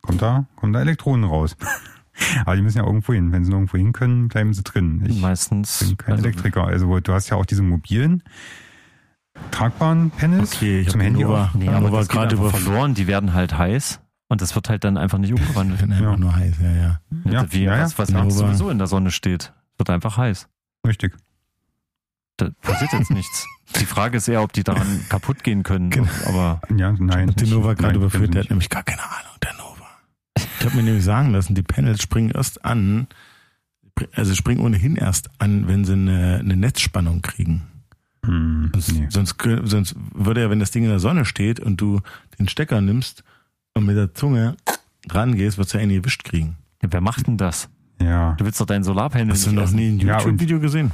[SPEAKER 4] kommt da, kommen da Elektronen raus. Aber die müssen ja irgendwo hin. Wenn sie nirgendwo hin können, bleiben sie drin. Ich
[SPEAKER 2] Meistens.
[SPEAKER 4] bin kein
[SPEAKER 2] also,
[SPEAKER 4] Elektriker. Also du hast ja auch diese mobilen, tragbaren Panels
[SPEAKER 3] Okay, ich
[SPEAKER 4] zum
[SPEAKER 3] hab
[SPEAKER 4] Handy.
[SPEAKER 3] Nova.
[SPEAKER 4] auch.
[SPEAKER 2] nee,
[SPEAKER 3] Ja,
[SPEAKER 2] aber
[SPEAKER 3] aber
[SPEAKER 2] das
[SPEAKER 3] das geht
[SPEAKER 2] gerade
[SPEAKER 3] einfach
[SPEAKER 2] über
[SPEAKER 3] von-
[SPEAKER 2] verloren. Die werden halt heiß und das wird halt dann einfach nicht umgewandelt.
[SPEAKER 3] Wenn einfach
[SPEAKER 4] Ja.
[SPEAKER 3] nur heiß, ja, ja.
[SPEAKER 4] Ja,
[SPEAKER 2] Wie,
[SPEAKER 4] ja, ja.
[SPEAKER 2] was, was
[SPEAKER 3] Genau,
[SPEAKER 2] nachts
[SPEAKER 3] aber-
[SPEAKER 2] sowieso in der Sonne steht. Wird einfach heiß.
[SPEAKER 4] Richtig.
[SPEAKER 2] Da passiert jetzt nichts. Die Frage ist eher, ob die daran kaputt gehen können.
[SPEAKER 3] Genau.
[SPEAKER 2] Aber
[SPEAKER 4] Ja, nein.
[SPEAKER 3] Hat die Nova gerade
[SPEAKER 4] Nein,
[SPEAKER 3] überführt, der
[SPEAKER 4] können
[SPEAKER 3] hat
[SPEAKER 4] sie nicht.
[SPEAKER 3] nämlich gar keine Ahnung, der Nova. Ich habe mir nämlich sagen lassen, die Panels springen erst an, also springen ohnehin erst an, wenn sie eine, eine Netzspannung kriegen.
[SPEAKER 4] Hm,
[SPEAKER 3] Sonst,
[SPEAKER 4] nee.
[SPEAKER 3] sonst, kö- sonst würde ja, wenn das Ding in der Sonne steht und du den Stecker nimmst und mit der Zunge rangehst, wirst du ja einen erwischt kriegen.
[SPEAKER 2] wer macht denn das?
[SPEAKER 4] Ja.
[SPEAKER 2] Du willst doch dein Solarpanel
[SPEAKER 3] Hast du noch
[SPEAKER 2] essen.
[SPEAKER 3] nie ein
[SPEAKER 4] Ja, und-
[SPEAKER 3] YouTube-Video gesehen?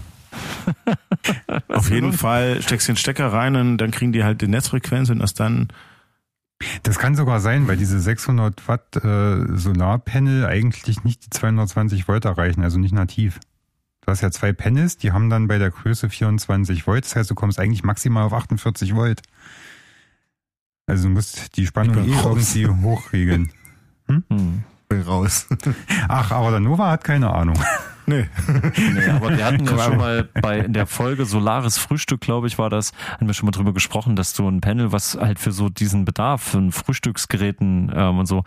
[SPEAKER 3] Auf jeden Fall steckst den Stecker rein und dann kriegen die halt die Netzfrequenz und erst dann
[SPEAKER 4] Das kann sogar sein, weil diese 600 Watt äh, Solarpanel eigentlich nicht die 220 Volt erreichen, also nicht nativ. Du hast ja zwei Panels, die haben dann bei der Größe 24 Volt, das heißt, du kommst eigentlich maximal auf 48 Volt. Also du musst die Spannung
[SPEAKER 3] Ich
[SPEAKER 4] eh
[SPEAKER 3] bin raus.
[SPEAKER 4] irgendwie hochregeln.
[SPEAKER 2] Hm.
[SPEAKER 3] raus.
[SPEAKER 4] Ach, aber der Nova hat keine Ahnung.
[SPEAKER 3] nee.
[SPEAKER 2] Nee, aber wir hatten ja
[SPEAKER 4] Quatsch.
[SPEAKER 2] schon mal bei in der Folge Solares Frühstück, glaube ich, war das, haben wir schon mal drüber gesprochen, dass du ein Panel, was halt für so diesen Bedarf von Frühstücksgeräten ähm, und so,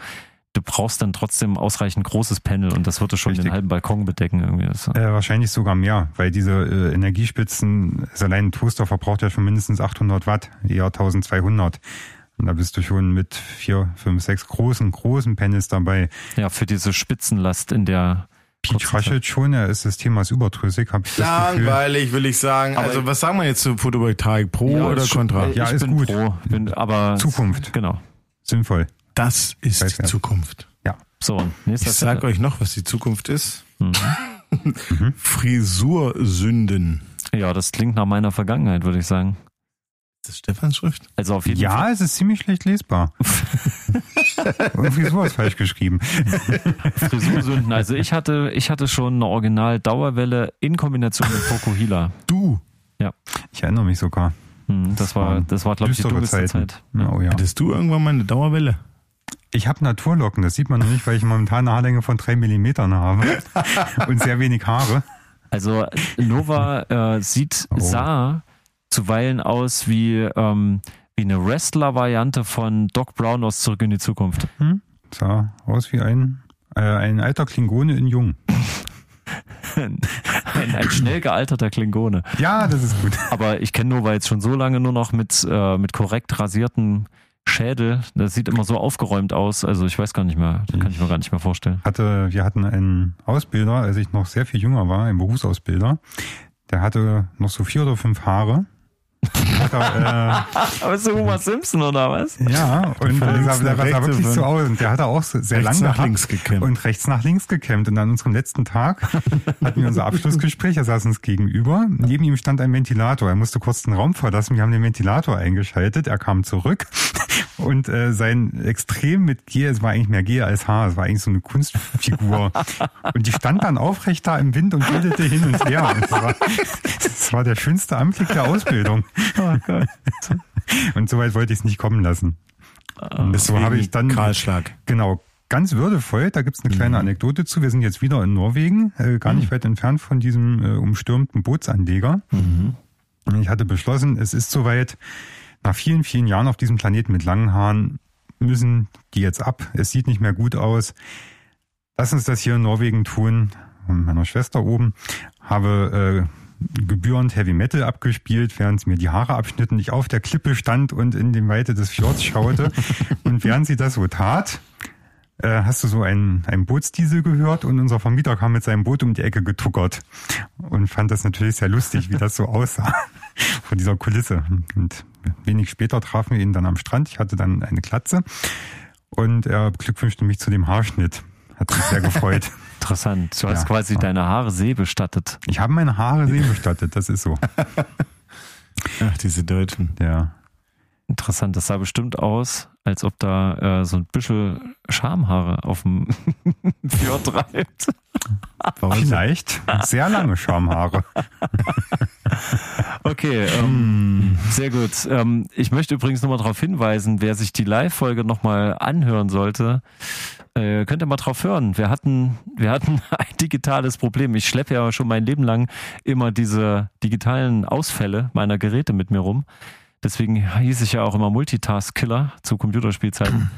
[SPEAKER 2] du brauchst dann trotzdem ausreichend großes Panel und das würde schon
[SPEAKER 4] Richtig.
[SPEAKER 2] den halben Balkon bedecken irgendwie. Das,
[SPEAKER 4] Äh, wahrscheinlich sogar mehr, weil diese äh, Energiespitzen, also allein ein Toaster verbraucht ja schon mindestens 800 Watt, eher 1200. Und da bist du schon mit vier, fünf, sechs großen, großen Panels dabei.
[SPEAKER 2] ja, für diese Spitzenlast in der
[SPEAKER 4] Peach raschelt schon, er ist des Themas überdrüssig, habe ich das Gefühl.
[SPEAKER 3] Langweilig, will ich sagen. also, was sagen wir jetzt zu Photovoltaik? Pro
[SPEAKER 2] Ja,
[SPEAKER 3] oder
[SPEAKER 2] ist schon-
[SPEAKER 3] Contra?
[SPEAKER 2] äh,
[SPEAKER 4] Ja,
[SPEAKER 2] ich
[SPEAKER 4] ist
[SPEAKER 2] bin
[SPEAKER 4] gut.
[SPEAKER 2] Pro, bin, aber
[SPEAKER 4] Zukunft.
[SPEAKER 2] Genau.
[SPEAKER 4] Sinnvoll.
[SPEAKER 3] Das ist
[SPEAKER 4] Weiß
[SPEAKER 3] die
[SPEAKER 4] nicht.
[SPEAKER 3] Zukunft.
[SPEAKER 2] So,
[SPEAKER 3] Ich
[SPEAKER 2] nächster
[SPEAKER 3] sag
[SPEAKER 2] Zettel.
[SPEAKER 3] euch noch, was die Zukunft ist.
[SPEAKER 2] Mhm.
[SPEAKER 3] Frisursünden.
[SPEAKER 2] Ja, das klingt nach meiner Vergangenheit, würde ich sagen.
[SPEAKER 3] Ist das Stefans Schrift?
[SPEAKER 2] Also auf jeden Fall.
[SPEAKER 4] Ja, es ist ziemlich schlecht lesbar. Irgendwie so ist falsch geschrieben.
[SPEAKER 2] Frisursünden. Also ich hatte, ich hatte schon eine Original-Dauerwelle in Kombination mit Fokuhila.
[SPEAKER 3] Du.
[SPEAKER 4] Ich erinnere mich sogar.
[SPEAKER 2] Hm, das war, das war, glaube ich, die
[SPEAKER 4] Düstere
[SPEAKER 2] dunkelste
[SPEAKER 4] Zeiten.
[SPEAKER 2] Zeit.
[SPEAKER 4] Oh, ja.
[SPEAKER 3] Hattest du irgendwann mal eine Dauerwelle?
[SPEAKER 4] Ich habe Naturlocken, das sieht man noch nicht, weil ich momentan eine Haarlänge von drei Millimetern habe und sehr wenig Haare.
[SPEAKER 2] Also Nova äh, sieht,
[SPEAKER 4] Oh.
[SPEAKER 2] sah zuweilen aus wie, ähm, wie eine Wrestler-Variante von Doc Brown aus Zurück in die Zukunft.
[SPEAKER 4] Sah aus wie ein, äh, ein alter Klingone in Jung.
[SPEAKER 2] ein, ein schnell gealterter Klingone.
[SPEAKER 4] Ja, das ist gut.
[SPEAKER 2] Aber ich kenne Nova jetzt schon so lange nur noch mit, äh, mit korrekt rasierten Schädel. Das sieht immer so aufgeräumt aus. Also ich weiß gar nicht mehr, das kann ich mir gar nicht mehr vorstellen.
[SPEAKER 4] Hatte, wir hatten einen Ausbilder, als ich noch sehr viel jünger war, einen Berufsausbilder. Der hatte noch so vier oder fünf Haare. Hat er, äh,
[SPEAKER 2] Aber ist so Homer Simpson oder was?
[SPEAKER 4] Ja, und
[SPEAKER 3] Von
[SPEAKER 4] der
[SPEAKER 3] links
[SPEAKER 4] sah, der
[SPEAKER 3] nach
[SPEAKER 4] sah
[SPEAKER 3] rechts
[SPEAKER 4] wirklich
[SPEAKER 3] und
[SPEAKER 4] so aus. Und der hat auch so sehr
[SPEAKER 3] Rechts
[SPEAKER 4] lang
[SPEAKER 3] nach
[SPEAKER 4] gehabt
[SPEAKER 3] links gekämmt.
[SPEAKER 4] Und rechts nach links gekämmt. Und an unserem letzten Tag hatten wir unser Abschlussgespräch, er saß uns gegenüber. Neben ihm stand ein Ventilator. Er musste kurz den Raum verlassen. Wir haben den Ventilator eingeschaltet. Er kam zurück. Und äh, sein Extrem mit Gier, es war eigentlich mehr Gier als Haar, es war eigentlich so eine Kunstfigur. Und die stand dann aufrecht da im Wind und wedelte hin und her. Und das, war, das war der schönste Anblick der Ausbildung. Und so weit wollte ich es nicht kommen lassen. Und so
[SPEAKER 3] Wegen
[SPEAKER 4] habe ich dann
[SPEAKER 3] Kahlschlag.
[SPEAKER 4] genau ganz würdevoll. Da gibt's eine kleine Anekdote zu. Wir sind jetzt wieder in Norwegen, äh, gar nicht weit entfernt von diesem äh, umstürmten Bootsanleger. Ich hatte beschlossen, es ist soweit. nach vielen, vielen Jahren auf diesem Planeten mit langen Haaren müssen die jetzt ab. Es sieht nicht mehr gut aus. Lass uns das hier in Norwegen tun. Und meiner Schwester oben habe äh, gebührend Heavy Metal abgespielt, während sie mir die Haare abschnitten, ich auf der Klippe stand und in die Weite des Fjords schaute. und während sie das so tat, äh, hast du so einen, einen Bootsdiesel gehört und unser Vermieter kam mit seinem Boot um die Ecke getuckert und fand das natürlich sehr lustig, wie das so aussah von dieser Kulisse. Und wenig später trafen wir ihn dann am Strand. Ich hatte dann eine Klatze und er glückwünschte mich zu dem Haarschnitt. Hat mich sehr gefreut.
[SPEAKER 2] Interessant. Du hast
[SPEAKER 4] Ja.
[SPEAKER 2] quasi deine Haare seebestattet.
[SPEAKER 4] Ich habe meine Haare sehbestattet, das ist so.
[SPEAKER 3] Ach, diese Deutschen.
[SPEAKER 4] Ja.
[SPEAKER 2] Interessant. Das sah bestimmt aus, als ob da äh, so ein bisschen Schamhaare auf dem Fjord treibt.
[SPEAKER 3] Warum
[SPEAKER 4] Vielleicht sehr lange Schamhaare.
[SPEAKER 2] Okay, ähm, sehr gut. Ähm, ich möchte übrigens nochmal darauf hinweisen, wer sich die Live-Folge nochmal anhören sollte, äh, könnt ihr mal drauf hören. Wir hatten, wir hatten ein digitales Problem. Ich schleppe ja schon mein Leben lang immer diese digitalen Ausfälle meiner Geräte mit mir rum. Deswegen hieß ich ja auch immer Multitask-Killer zu Computerspielzeiten.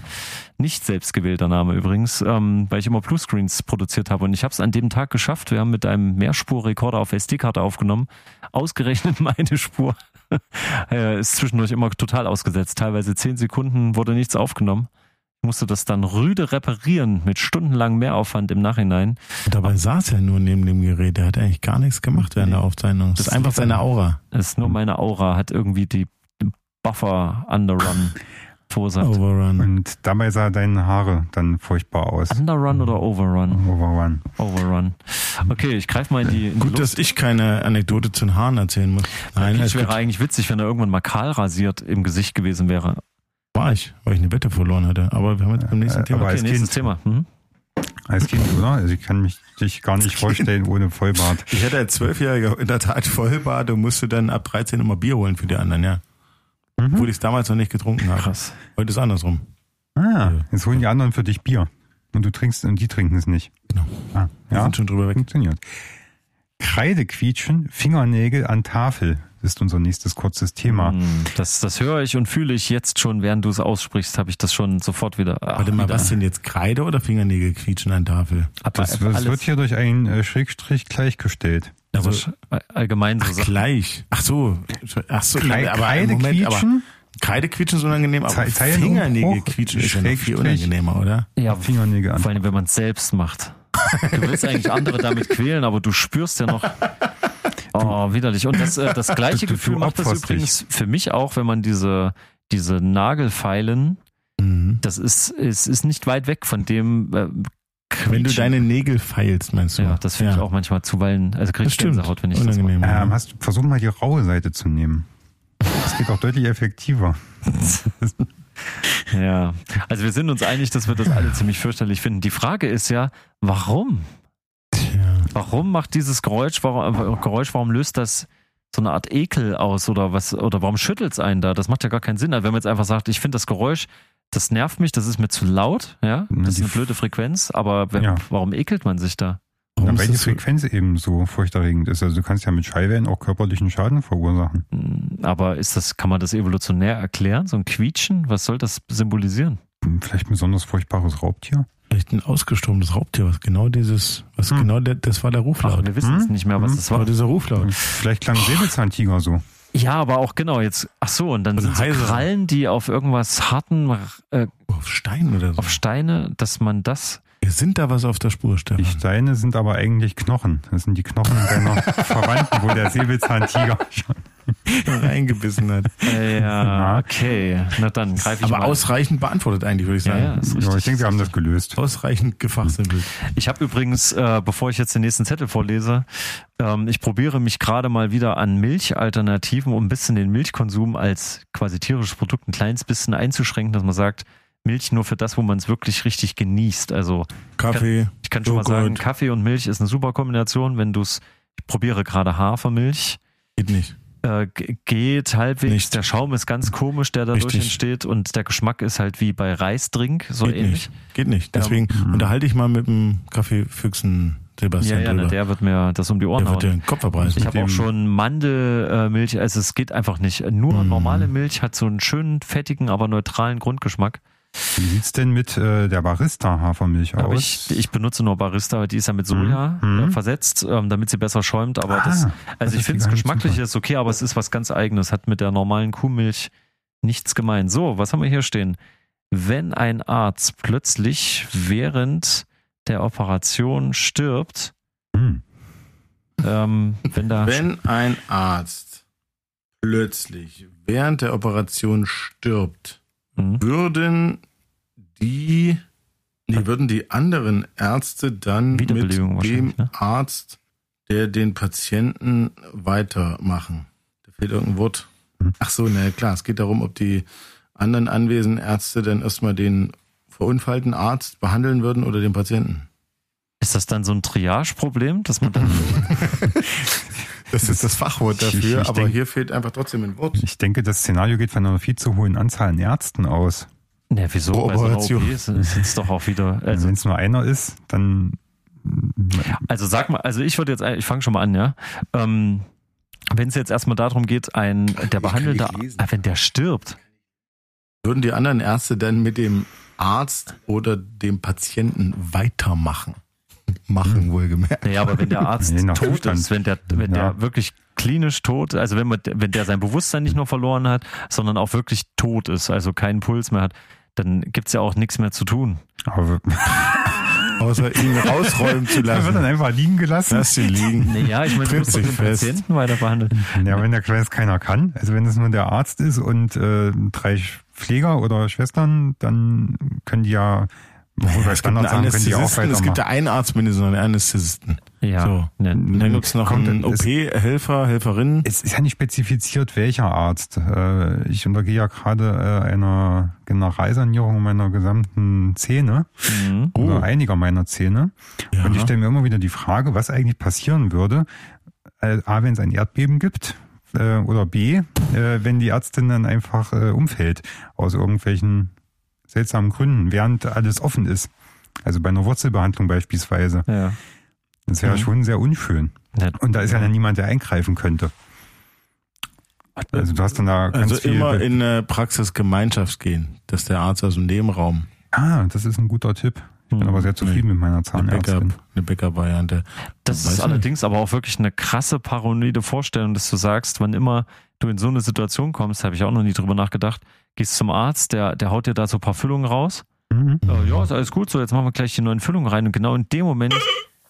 [SPEAKER 2] Nicht selbstgewählter Name übrigens, ähm, weil ich immer Bluescreens produziert habe. Und ich habe es an dem Tag geschafft. Wir haben mit einem Mehrspurrekorder auf SD-Karte aufgenommen. Ausgerechnet meine Spur äh, ist zwischendurch immer total ausgesetzt. Teilweise zehn Sekunden wurde nichts aufgenommen. Ich musste das dann rüde reparieren mit stundenlangem Mehraufwand im Nachhinein.
[SPEAKER 3] Dabei saß er nur neben dem Gerät. Er hat eigentlich gar nichts gemacht während der Aufzeichnung. Das
[SPEAKER 2] Das
[SPEAKER 3] ist einfach
[SPEAKER 2] liegt an-
[SPEAKER 3] seine Aura.
[SPEAKER 2] Es ist nur meine Aura hat irgendwie die Buffer Underrun verursacht.
[SPEAKER 3] Oh. Overrun.
[SPEAKER 4] Und dabei sah deine Haare dann furchtbar aus.
[SPEAKER 2] Underrun oder
[SPEAKER 4] Mhm.
[SPEAKER 2] Overrun?
[SPEAKER 4] Overrun.
[SPEAKER 2] Overrun. Okay, ich greife mal in die. In die
[SPEAKER 3] Gut, dass ich keine Anekdote zu den Haaren erzählen muss. Nein,
[SPEAKER 2] Nein,
[SPEAKER 3] alles
[SPEAKER 2] das wäre
[SPEAKER 3] gut.
[SPEAKER 2] eigentlich witzig, wenn er irgendwann mal kahl rasiert im Gesicht gewesen wäre.
[SPEAKER 3] war ich, weil ich eine Wette verloren hatte. Aber wir haben jetzt beim nächsten
[SPEAKER 4] Äh,
[SPEAKER 3] Thema.
[SPEAKER 4] aber
[SPEAKER 2] Okay,
[SPEAKER 4] Als
[SPEAKER 2] nächstes
[SPEAKER 4] Kind.
[SPEAKER 2] Thema. Hm?
[SPEAKER 4] Als Kind, oder? Also ich kann mich dich gar nicht vorstellen ohne Vollbart.
[SPEAKER 3] Ich hatte als Zwölfjähriger in der Tat Vollbart und musste dann ab 13 immer Bier holen für die anderen, ja.
[SPEAKER 4] Mhm.
[SPEAKER 3] Obwohl ich es damals noch nicht getrunken habe.
[SPEAKER 2] Krass.
[SPEAKER 3] Heute ist andersrum.
[SPEAKER 4] Ah, jetzt holen die anderen für dich Bier. Und du trinkst und die trinken es nicht.
[SPEAKER 3] Genau.
[SPEAKER 4] Ah,
[SPEAKER 3] Wir
[SPEAKER 4] ja,
[SPEAKER 3] sind schon drüber weg.
[SPEAKER 4] funktioniert. Kreidequietschen, Fingernägel an Tafel ist unser nächstes kurzes Thema.
[SPEAKER 3] Mhm.
[SPEAKER 2] Hm, Das, das höre ich und fühle ich jetzt schon, während du es aussprichst, habe ich das schon sofort wieder. ach,
[SPEAKER 3] Warte mal,
[SPEAKER 2] wieder.
[SPEAKER 3] was denn jetzt Kreide oder Fingernägel quietschen an Tafel?
[SPEAKER 2] Aber
[SPEAKER 4] Das, das
[SPEAKER 2] alles-
[SPEAKER 4] wird hier durch einen äh, Schrägstrich gleichgestellt.
[SPEAKER 2] aber
[SPEAKER 3] also-
[SPEAKER 2] all- allgemein so
[SPEAKER 3] Ach,
[SPEAKER 2] Sachen.
[SPEAKER 3] gleich. Ach so. Ach so,
[SPEAKER 4] Krei-
[SPEAKER 3] aber einen Moment, aber
[SPEAKER 4] Kreidequietschen?
[SPEAKER 3] Kreide quietschen ist unangenehm, aber
[SPEAKER 4] Ze- Zeilen-
[SPEAKER 3] Fingernägel
[SPEAKER 4] Hoch-
[SPEAKER 3] quietschen ist ja noch viel
[SPEAKER 4] Schrägstrich.
[SPEAKER 3] unangenehmer, oder?
[SPEAKER 2] Ja,
[SPEAKER 4] Fingernägel an.
[SPEAKER 2] vor allem, wenn man es selbst macht. Du willst eigentlich andere damit quälen, aber du spürst ja noch. Oh, widerlich. Und das, äh, das gleiche
[SPEAKER 4] Du- du-
[SPEAKER 2] Gefühl
[SPEAKER 4] du
[SPEAKER 2] macht das
[SPEAKER 4] opferst
[SPEAKER 2] übrigens für mich auch, wenn man diese, diese Nagelfeilen,
[SPEAKER 3] Mhm.
[SPEAKER 2] das ist, ist, ist nicht weit weg von dem. Äh,
[SPEAKER 3] Wenn du
[SPEAKER 2] Quietschen.
[SPEAKER 3] deine Nägel feilst, meinst du?
[SPEAKER 2] Ja, das finde ich auch manchmal zuweilen. Also kriege
[SPEAKER 3] Das
[SPEAKER 2] ich Gänsehaut,
[SPEAKER 3] stimmt.
[SPEAKER 2] wenn ich das mache.
[SPEAKER 3] Unangenehm.
[SPEAKER 4] Ähm, hast, versuch mal die raue Seite zu nehmen. Das geht auch deutlich effektiver.
[SPEAKER 2] Ja, also wir sind uns einig, dass wir das alle ziemlich fürchterlich finden. Die Frage ist ja, warum?
[SPEAKER 3] Tja.
[SPEAKER 2] Warum macht dieses Geräusch, warum, äh, Geräusch, warum löst das so eine Art Ekel aus oder was, oder warum schüttelt es einen da? Das macht ja gar keinen Sinn. Also wenn man jetzt einfach sagt, ich finde das Geräusch, das nervt mich, das ist mir zu laut, ja,
[SPEAKER 4] Na,
[SPEAKER 2] das ist
[SPEAKER 4] Mhm. die
[SPEAKER 2] eine blöde Frequenz, aber wer,
[SPEAKER 4] Ja.
[SPEAKER 2] warum ekelt man sich da?
[SPEAKER 3] Warum
[SPEAKER 4] Na,
[SPEAKER 3] ist
[SPEAKER 4] weil die
[SPEAKER 3] das so-
[SPEAKER 4] Frequenz eben so furchterregend ist. Also du kannst ja mit Schallwellen auch körperlichen Schaden verursachen.
[SPEAKER 2] Hm, Aber ist das, kann man das evolutionär erklären? So ein Quietschen? Was soll das symbolisieren?
[SPEAKER 4] Hm, Vielleicht ein besonders furchtbares Raubtier.
[SPEAKER 3] Vielleicht ein ausgestorbenes Raubtier, was genau dieses, was
[SPEAKER 4] Hm.
[SPEAKER 3] genau der, das war der
[SPEAKER 2] Ach,
[SPEAKER 3] Ruflaut.
[SPEAKER 2] wir wissen
[SPEAKER 4] Hm?
[SPEAKER 2] es nicht mehr, was
[SPEAKER 4] Hm?
[SPEAKER 2] das
[SPEAKER 3] das war
[SPEAKER 2] war.
[SPEAKER 3] dieser Ruflaut.
[SPEAKER 4] Vielleicht klang Säbelzahntiger so.
[SPEAKER 2] Ja, aber auch genau jetzt. Ach so, und dann
[SPEAKER 3] Also
[SPEAKER 2] sind so
[SPEAKER 3] heiser.
[SPEAKER 2] Krallen, die auf irgendwas harten, äh,
[SPEAKER 3] Auf Stein oder so.
[SPEAKER 2] auf Steine, dass man das.
[SPEAKER 3] Wir sind da was auf der Spur,
[SPEAKER 4] Die
[SPEAKER 3] Stefan.
[SPEAKER 4] Steine sind aber eigentlich Knochen. Das sind die Knochen deiner Verwandten, wo der Säbelzahntiger schon.
[SPEAKER 3] reingebissen hat.
[SPEAKER 2] Äh, ja, okay. Na dann greife ich
[SPEAKER 3] Aber
[SPEAKER 2] mal.
[SPEAKER 3] ausreichend beantwortet eigentlich, würde ich
[SPEAKER 2] ja,
[SPEAKER 3] sagen.
[SPEAKER 2] ja, Hm. ist
[SPEAKER 4] Ja,
[SPEAKER 2] richtig.
[SPEAKER 4] ich denke, wir haben das gelöst.
[SPEAKER 3] Ausreichend gefachsimpelt.
[SPEAKER 2] Ich habe übrigens, äh, bevor ich jetzt den nächsten Zettel vorlese, ähm, ich probiere mich gerade mal wieder an Milchalternativen, um ein bisschen den Milchkonsum als quasi tierisches Produkt ein kleines bisschen einzuschränken, dass man sagt, Milch nur für das, wo man es wirklich richtig genießt. Also
[SPEAKER 3] Kaffee.
[SPEAKER 2] Ich kann schon mal
[SPEAKER 3] Joghurt.
[SPEAKER 2] sagen, Kaffee und Milch ist eine super Kombination, wenn du es, ich probiere gerade Hafermilch,
[SPEAKER 3] Geht nicht.
[SPEAKER 2] äh, g- geht halbwegs,
[SPEAKER 3] Nicht.
[SPEAKER 2] der Schaum ist ganz komisch, der dadurch
[SPEAKER 3] Richtig.
[SPEAKER 2] entsteht und der Geschmack ist halt wie bei Reisdrink, so
[SPEAKER 3] Geht
[SPEAKER 2] ähnlich.
[SPEAKER 3] nicht. Geht nicht. Deswegen unterhalte ich mal mit dem Kaffeefüchsen Sebastian
[SPEAKER 2] Hm. ja, ja, ne,
[SPEAKER 3] drüber.
[SPEAKER 2] der wird mir das um die Ohren
[SPEAKER 3] der wird dir
[SPEAKER 2] hauen.
[SPEAKER 3] den Kopf verbreißen.
[SPEAKER 2] Ich habe auch schon Mandelmilch, also es geht einfach nicht. Nur
[SPEAKER 3] Mm.
[SPEAKER 2] normale Milch hat so einen schönen, fettigen, aber neutralen Grundgeschmack.
[SPEAKER 4] Wie sieht's denn mit äh, der Barista-Hafermilch
[SPEAKER 2] Aber
[SPEAKER 4] aus?
[SPEAKER 2] ich, ich benutze nur Barista, die ist ja mit
[SPEAKER 3] Mm.
[SPEAKER 2] Soja
[SPEAKER 4] Mhm.
[SPEAKER 2] äh, versetzt, ähm, damit sie besser schäumt. Aber
[SPEAKER 4] Ah,
[SPEAKER 2] das, also
[SPEAKER 4] das
[SPEAKER 2] ich
[SPEAKER 4] ist
[SPEAKER 2] finde es
[SPEAKER 4] gar nicht
[SPEAKER 2] geschmacklich
[SPEAKER 4] super.
[SPEAKER 2] ist okay, aber es ist was ganz eigenes. Hat mit der normalen Kuhmilch nichts gemein. So, was haben wir hier stehen? Wenn ein Arzt plötzlich während der Operation stirbt,
[SPEAKER 4] Hm.
[SPEAKER 2] ähm, wenn da
[SPEAKER 3] Wenn ein Arzt plötzlich während der Operation stirbt,
[SPEAKER 2] Mhm.
[SPEAKER 3] würden die, nee, würden die anderen Ärzte dann mit
[SPEAKER 2] Wiederbelebung
[SPEAKER 3] dem
[SPEAKER 2] wahrscheinlich, ne?
[SPEAKER 3] Arzt, der den Patienten weitermachen. Da fehlt irgendein Wort. Ach so, na klar, es geht darum, ob die anderen anwesenden Ärzte dann erstmal den verunfallten Arzt behandeln würden oder den Patienten.
[SPEAKER 2] ist das dann so ein Triage-Problem, dass man dann
[SPEAKER 3] Das ist das Fachwort
[SPEAKER 4] Ich- ich-
[SPEAKER 3] dafür,
[SPEAKER 4] ich
[SPEAKER 3] aber
[SPEAKER 4] denk-
[SPEAKER 3] hier fehlt einfach trotzdem ein Wort.
[SPEAKER 4] Ich denke, das Szenario geht von einer viel zu hohen Anzahl an Ärzten aus.
[SPEAKER 2] Ne, wieso?
[SPEAKER 3] Pro
[SPEAKER 2] Bei so einer
[SPEAKER 3] Operation.
[SPEAKER 2] OP sind es doch auch wieder.
[SPEAKER 4] Also
[SPEAKER 2] Also,
[SPEAKER 4] wenn es nur einer ist, dann
[SPEAKER 2] also sag mal, also ich würde jetzt, ich fange schon mal an, ja. Ähm, wenn es jetzt erstmal darum geht, ein der behandelte,
[SPEAKER 5] nicht lesen.
[SPEAKER 2] Ah, wenn der stirbt,
[SPEAKER 3] Würden die anderen Ärzte dann mit dem Arzt oder dem Patienten weitermachen? Machen wohlgemerkt.
[SPEAKER 2] naja, aber wenn der Arzt
[SPEAKER 4] Je nach
[SPEAKER 2] tot
[SPEAKER 4] Zustand.
[SPEAKER 2] ist, wenn der, wenn
[SPEAKER 4] Ja.
[SPEAKER 2] der wirklich klinisch tot, also wenn man, wenn der sein Bewusstsein nicht nur verloren hat, sondern auch wirklich tot ist, also keinen Puls mehr hat, dann gibt's ja auch nichts mehr zu tun.
[SPEAKER 4] aber
[SPEAKER 3] Außer ihn rausräumen zu
[SPEAKER 4] Er wird dann
[SPEAKER 3] lassen.
[SPEAKER 4] einfach liegen gelassen.
[SPEAKER 3] Lass ihn liegen.
[SPEAKER 2] Naja, ich meine, du
[SPEAKER 3] Tritt
[SPEAKER 2] musst doch
[SPEAKER 3] sich
[SPEAKER 2] den
[SPEAKER 3] fest.
[SPEAKER 2] Patienten weiter behandeln.
[SPEAKER 4] Ja, wenn der Kreis keiner kann, also wenn es nur der Arzt ist und äh, drei Sch- Pfleger oder Schwestern, dann können die ja, obwohl bei Standard sagen, können die auch
[SPEAKER 3] Anästhesisten, es gibt
[SPEAKER 4] weitermachen.
[SPEAKER 3] ja einen um Arzt mindestens und einen Anästhesisten.
[SPEAKER 2] Ja,
[SPEAKER 3] So.
[SPEAKER 2] ne.
[SPEAKER 3] Und dann gibt's noch
[SPEAKER 4] Kommt
[SPEAKER 3] einen
[SPEAKER 4] denn- es-
[SPEAKER 3] OP-Helfer, Helferin.
[SPEAKER 4] Es ist ja nicht spezifiziert, welcher Arzt. Äh, Ich untergehe ja gerade äh, einer Generalsanierung meiner gesamten Zähne
[SPEAKER 2] Mhm.
[SPEAKER 4] oder einiger meiner Zähne.
[SPEAKER 3] Oh. Ja.
[SPEAKER 4] Und ich stelle mir immer wieder die Frage, was eigentlich passieren würde, äh, A, wenn es ein Erdbeben gibt äh, oder B, äh, wenn die Ärztin dann einfach äh, umfällt aus irgendwelchen seltsamen Gründen, während alles offen ist. Also bei einer Wurzelbehandlung beispielsweise.
[SPEAKER 2] Ja.
[SPEAKER 4] Das wäre
[SPEAKER 2] Mhm.
[SPEAKER 4] schon sehr unschön.
[SPEAKER 2] Ne.
[SPEAKER 4] Und da ist ja dann niemand, der eingreifen könnte. Also du hast dann da ganz
[SPEAKER 3] also
[SPEAKER 4] viel...
[SPEAKER 3] immer in eine Praxisgemeinschaft gehen, dass der Arzt aus dem Nebenraum
[SPEAKER 4] ah, das ist ein guter Tipp. Ich bin
[SPEAKER 2] Mhm.
[SPEAKER 4] aber sehr zufrieden mit meiner
[SPEAKER 3] eine
[SPEAKER 4] Zahnärztin.
[SPEAKER 3] Backup, eine Backup-Variante.
[SPEAKER 2] Das
[SPEAKER 3] Weiß
[SPEAKER 2] ist
[SPEAKER 3] nicht.
[SPEAKER 2] allerdings aber auch wirklich eine krasse paranoide Vorstellung, dass du sagst, wann immer du in so eine Situation kommst, habe ich auch noch nie drüber nachgedacht, gehst zum Arzt, der, der haut dir da so ein paar Füllungen raus.
[SPEAKER 4] Mhm.
[SPEAKER 2] Äh, ja, ist alles gut, so jetzt machen wir gleich die neuen Füllungen rein. Und genau in dem Moment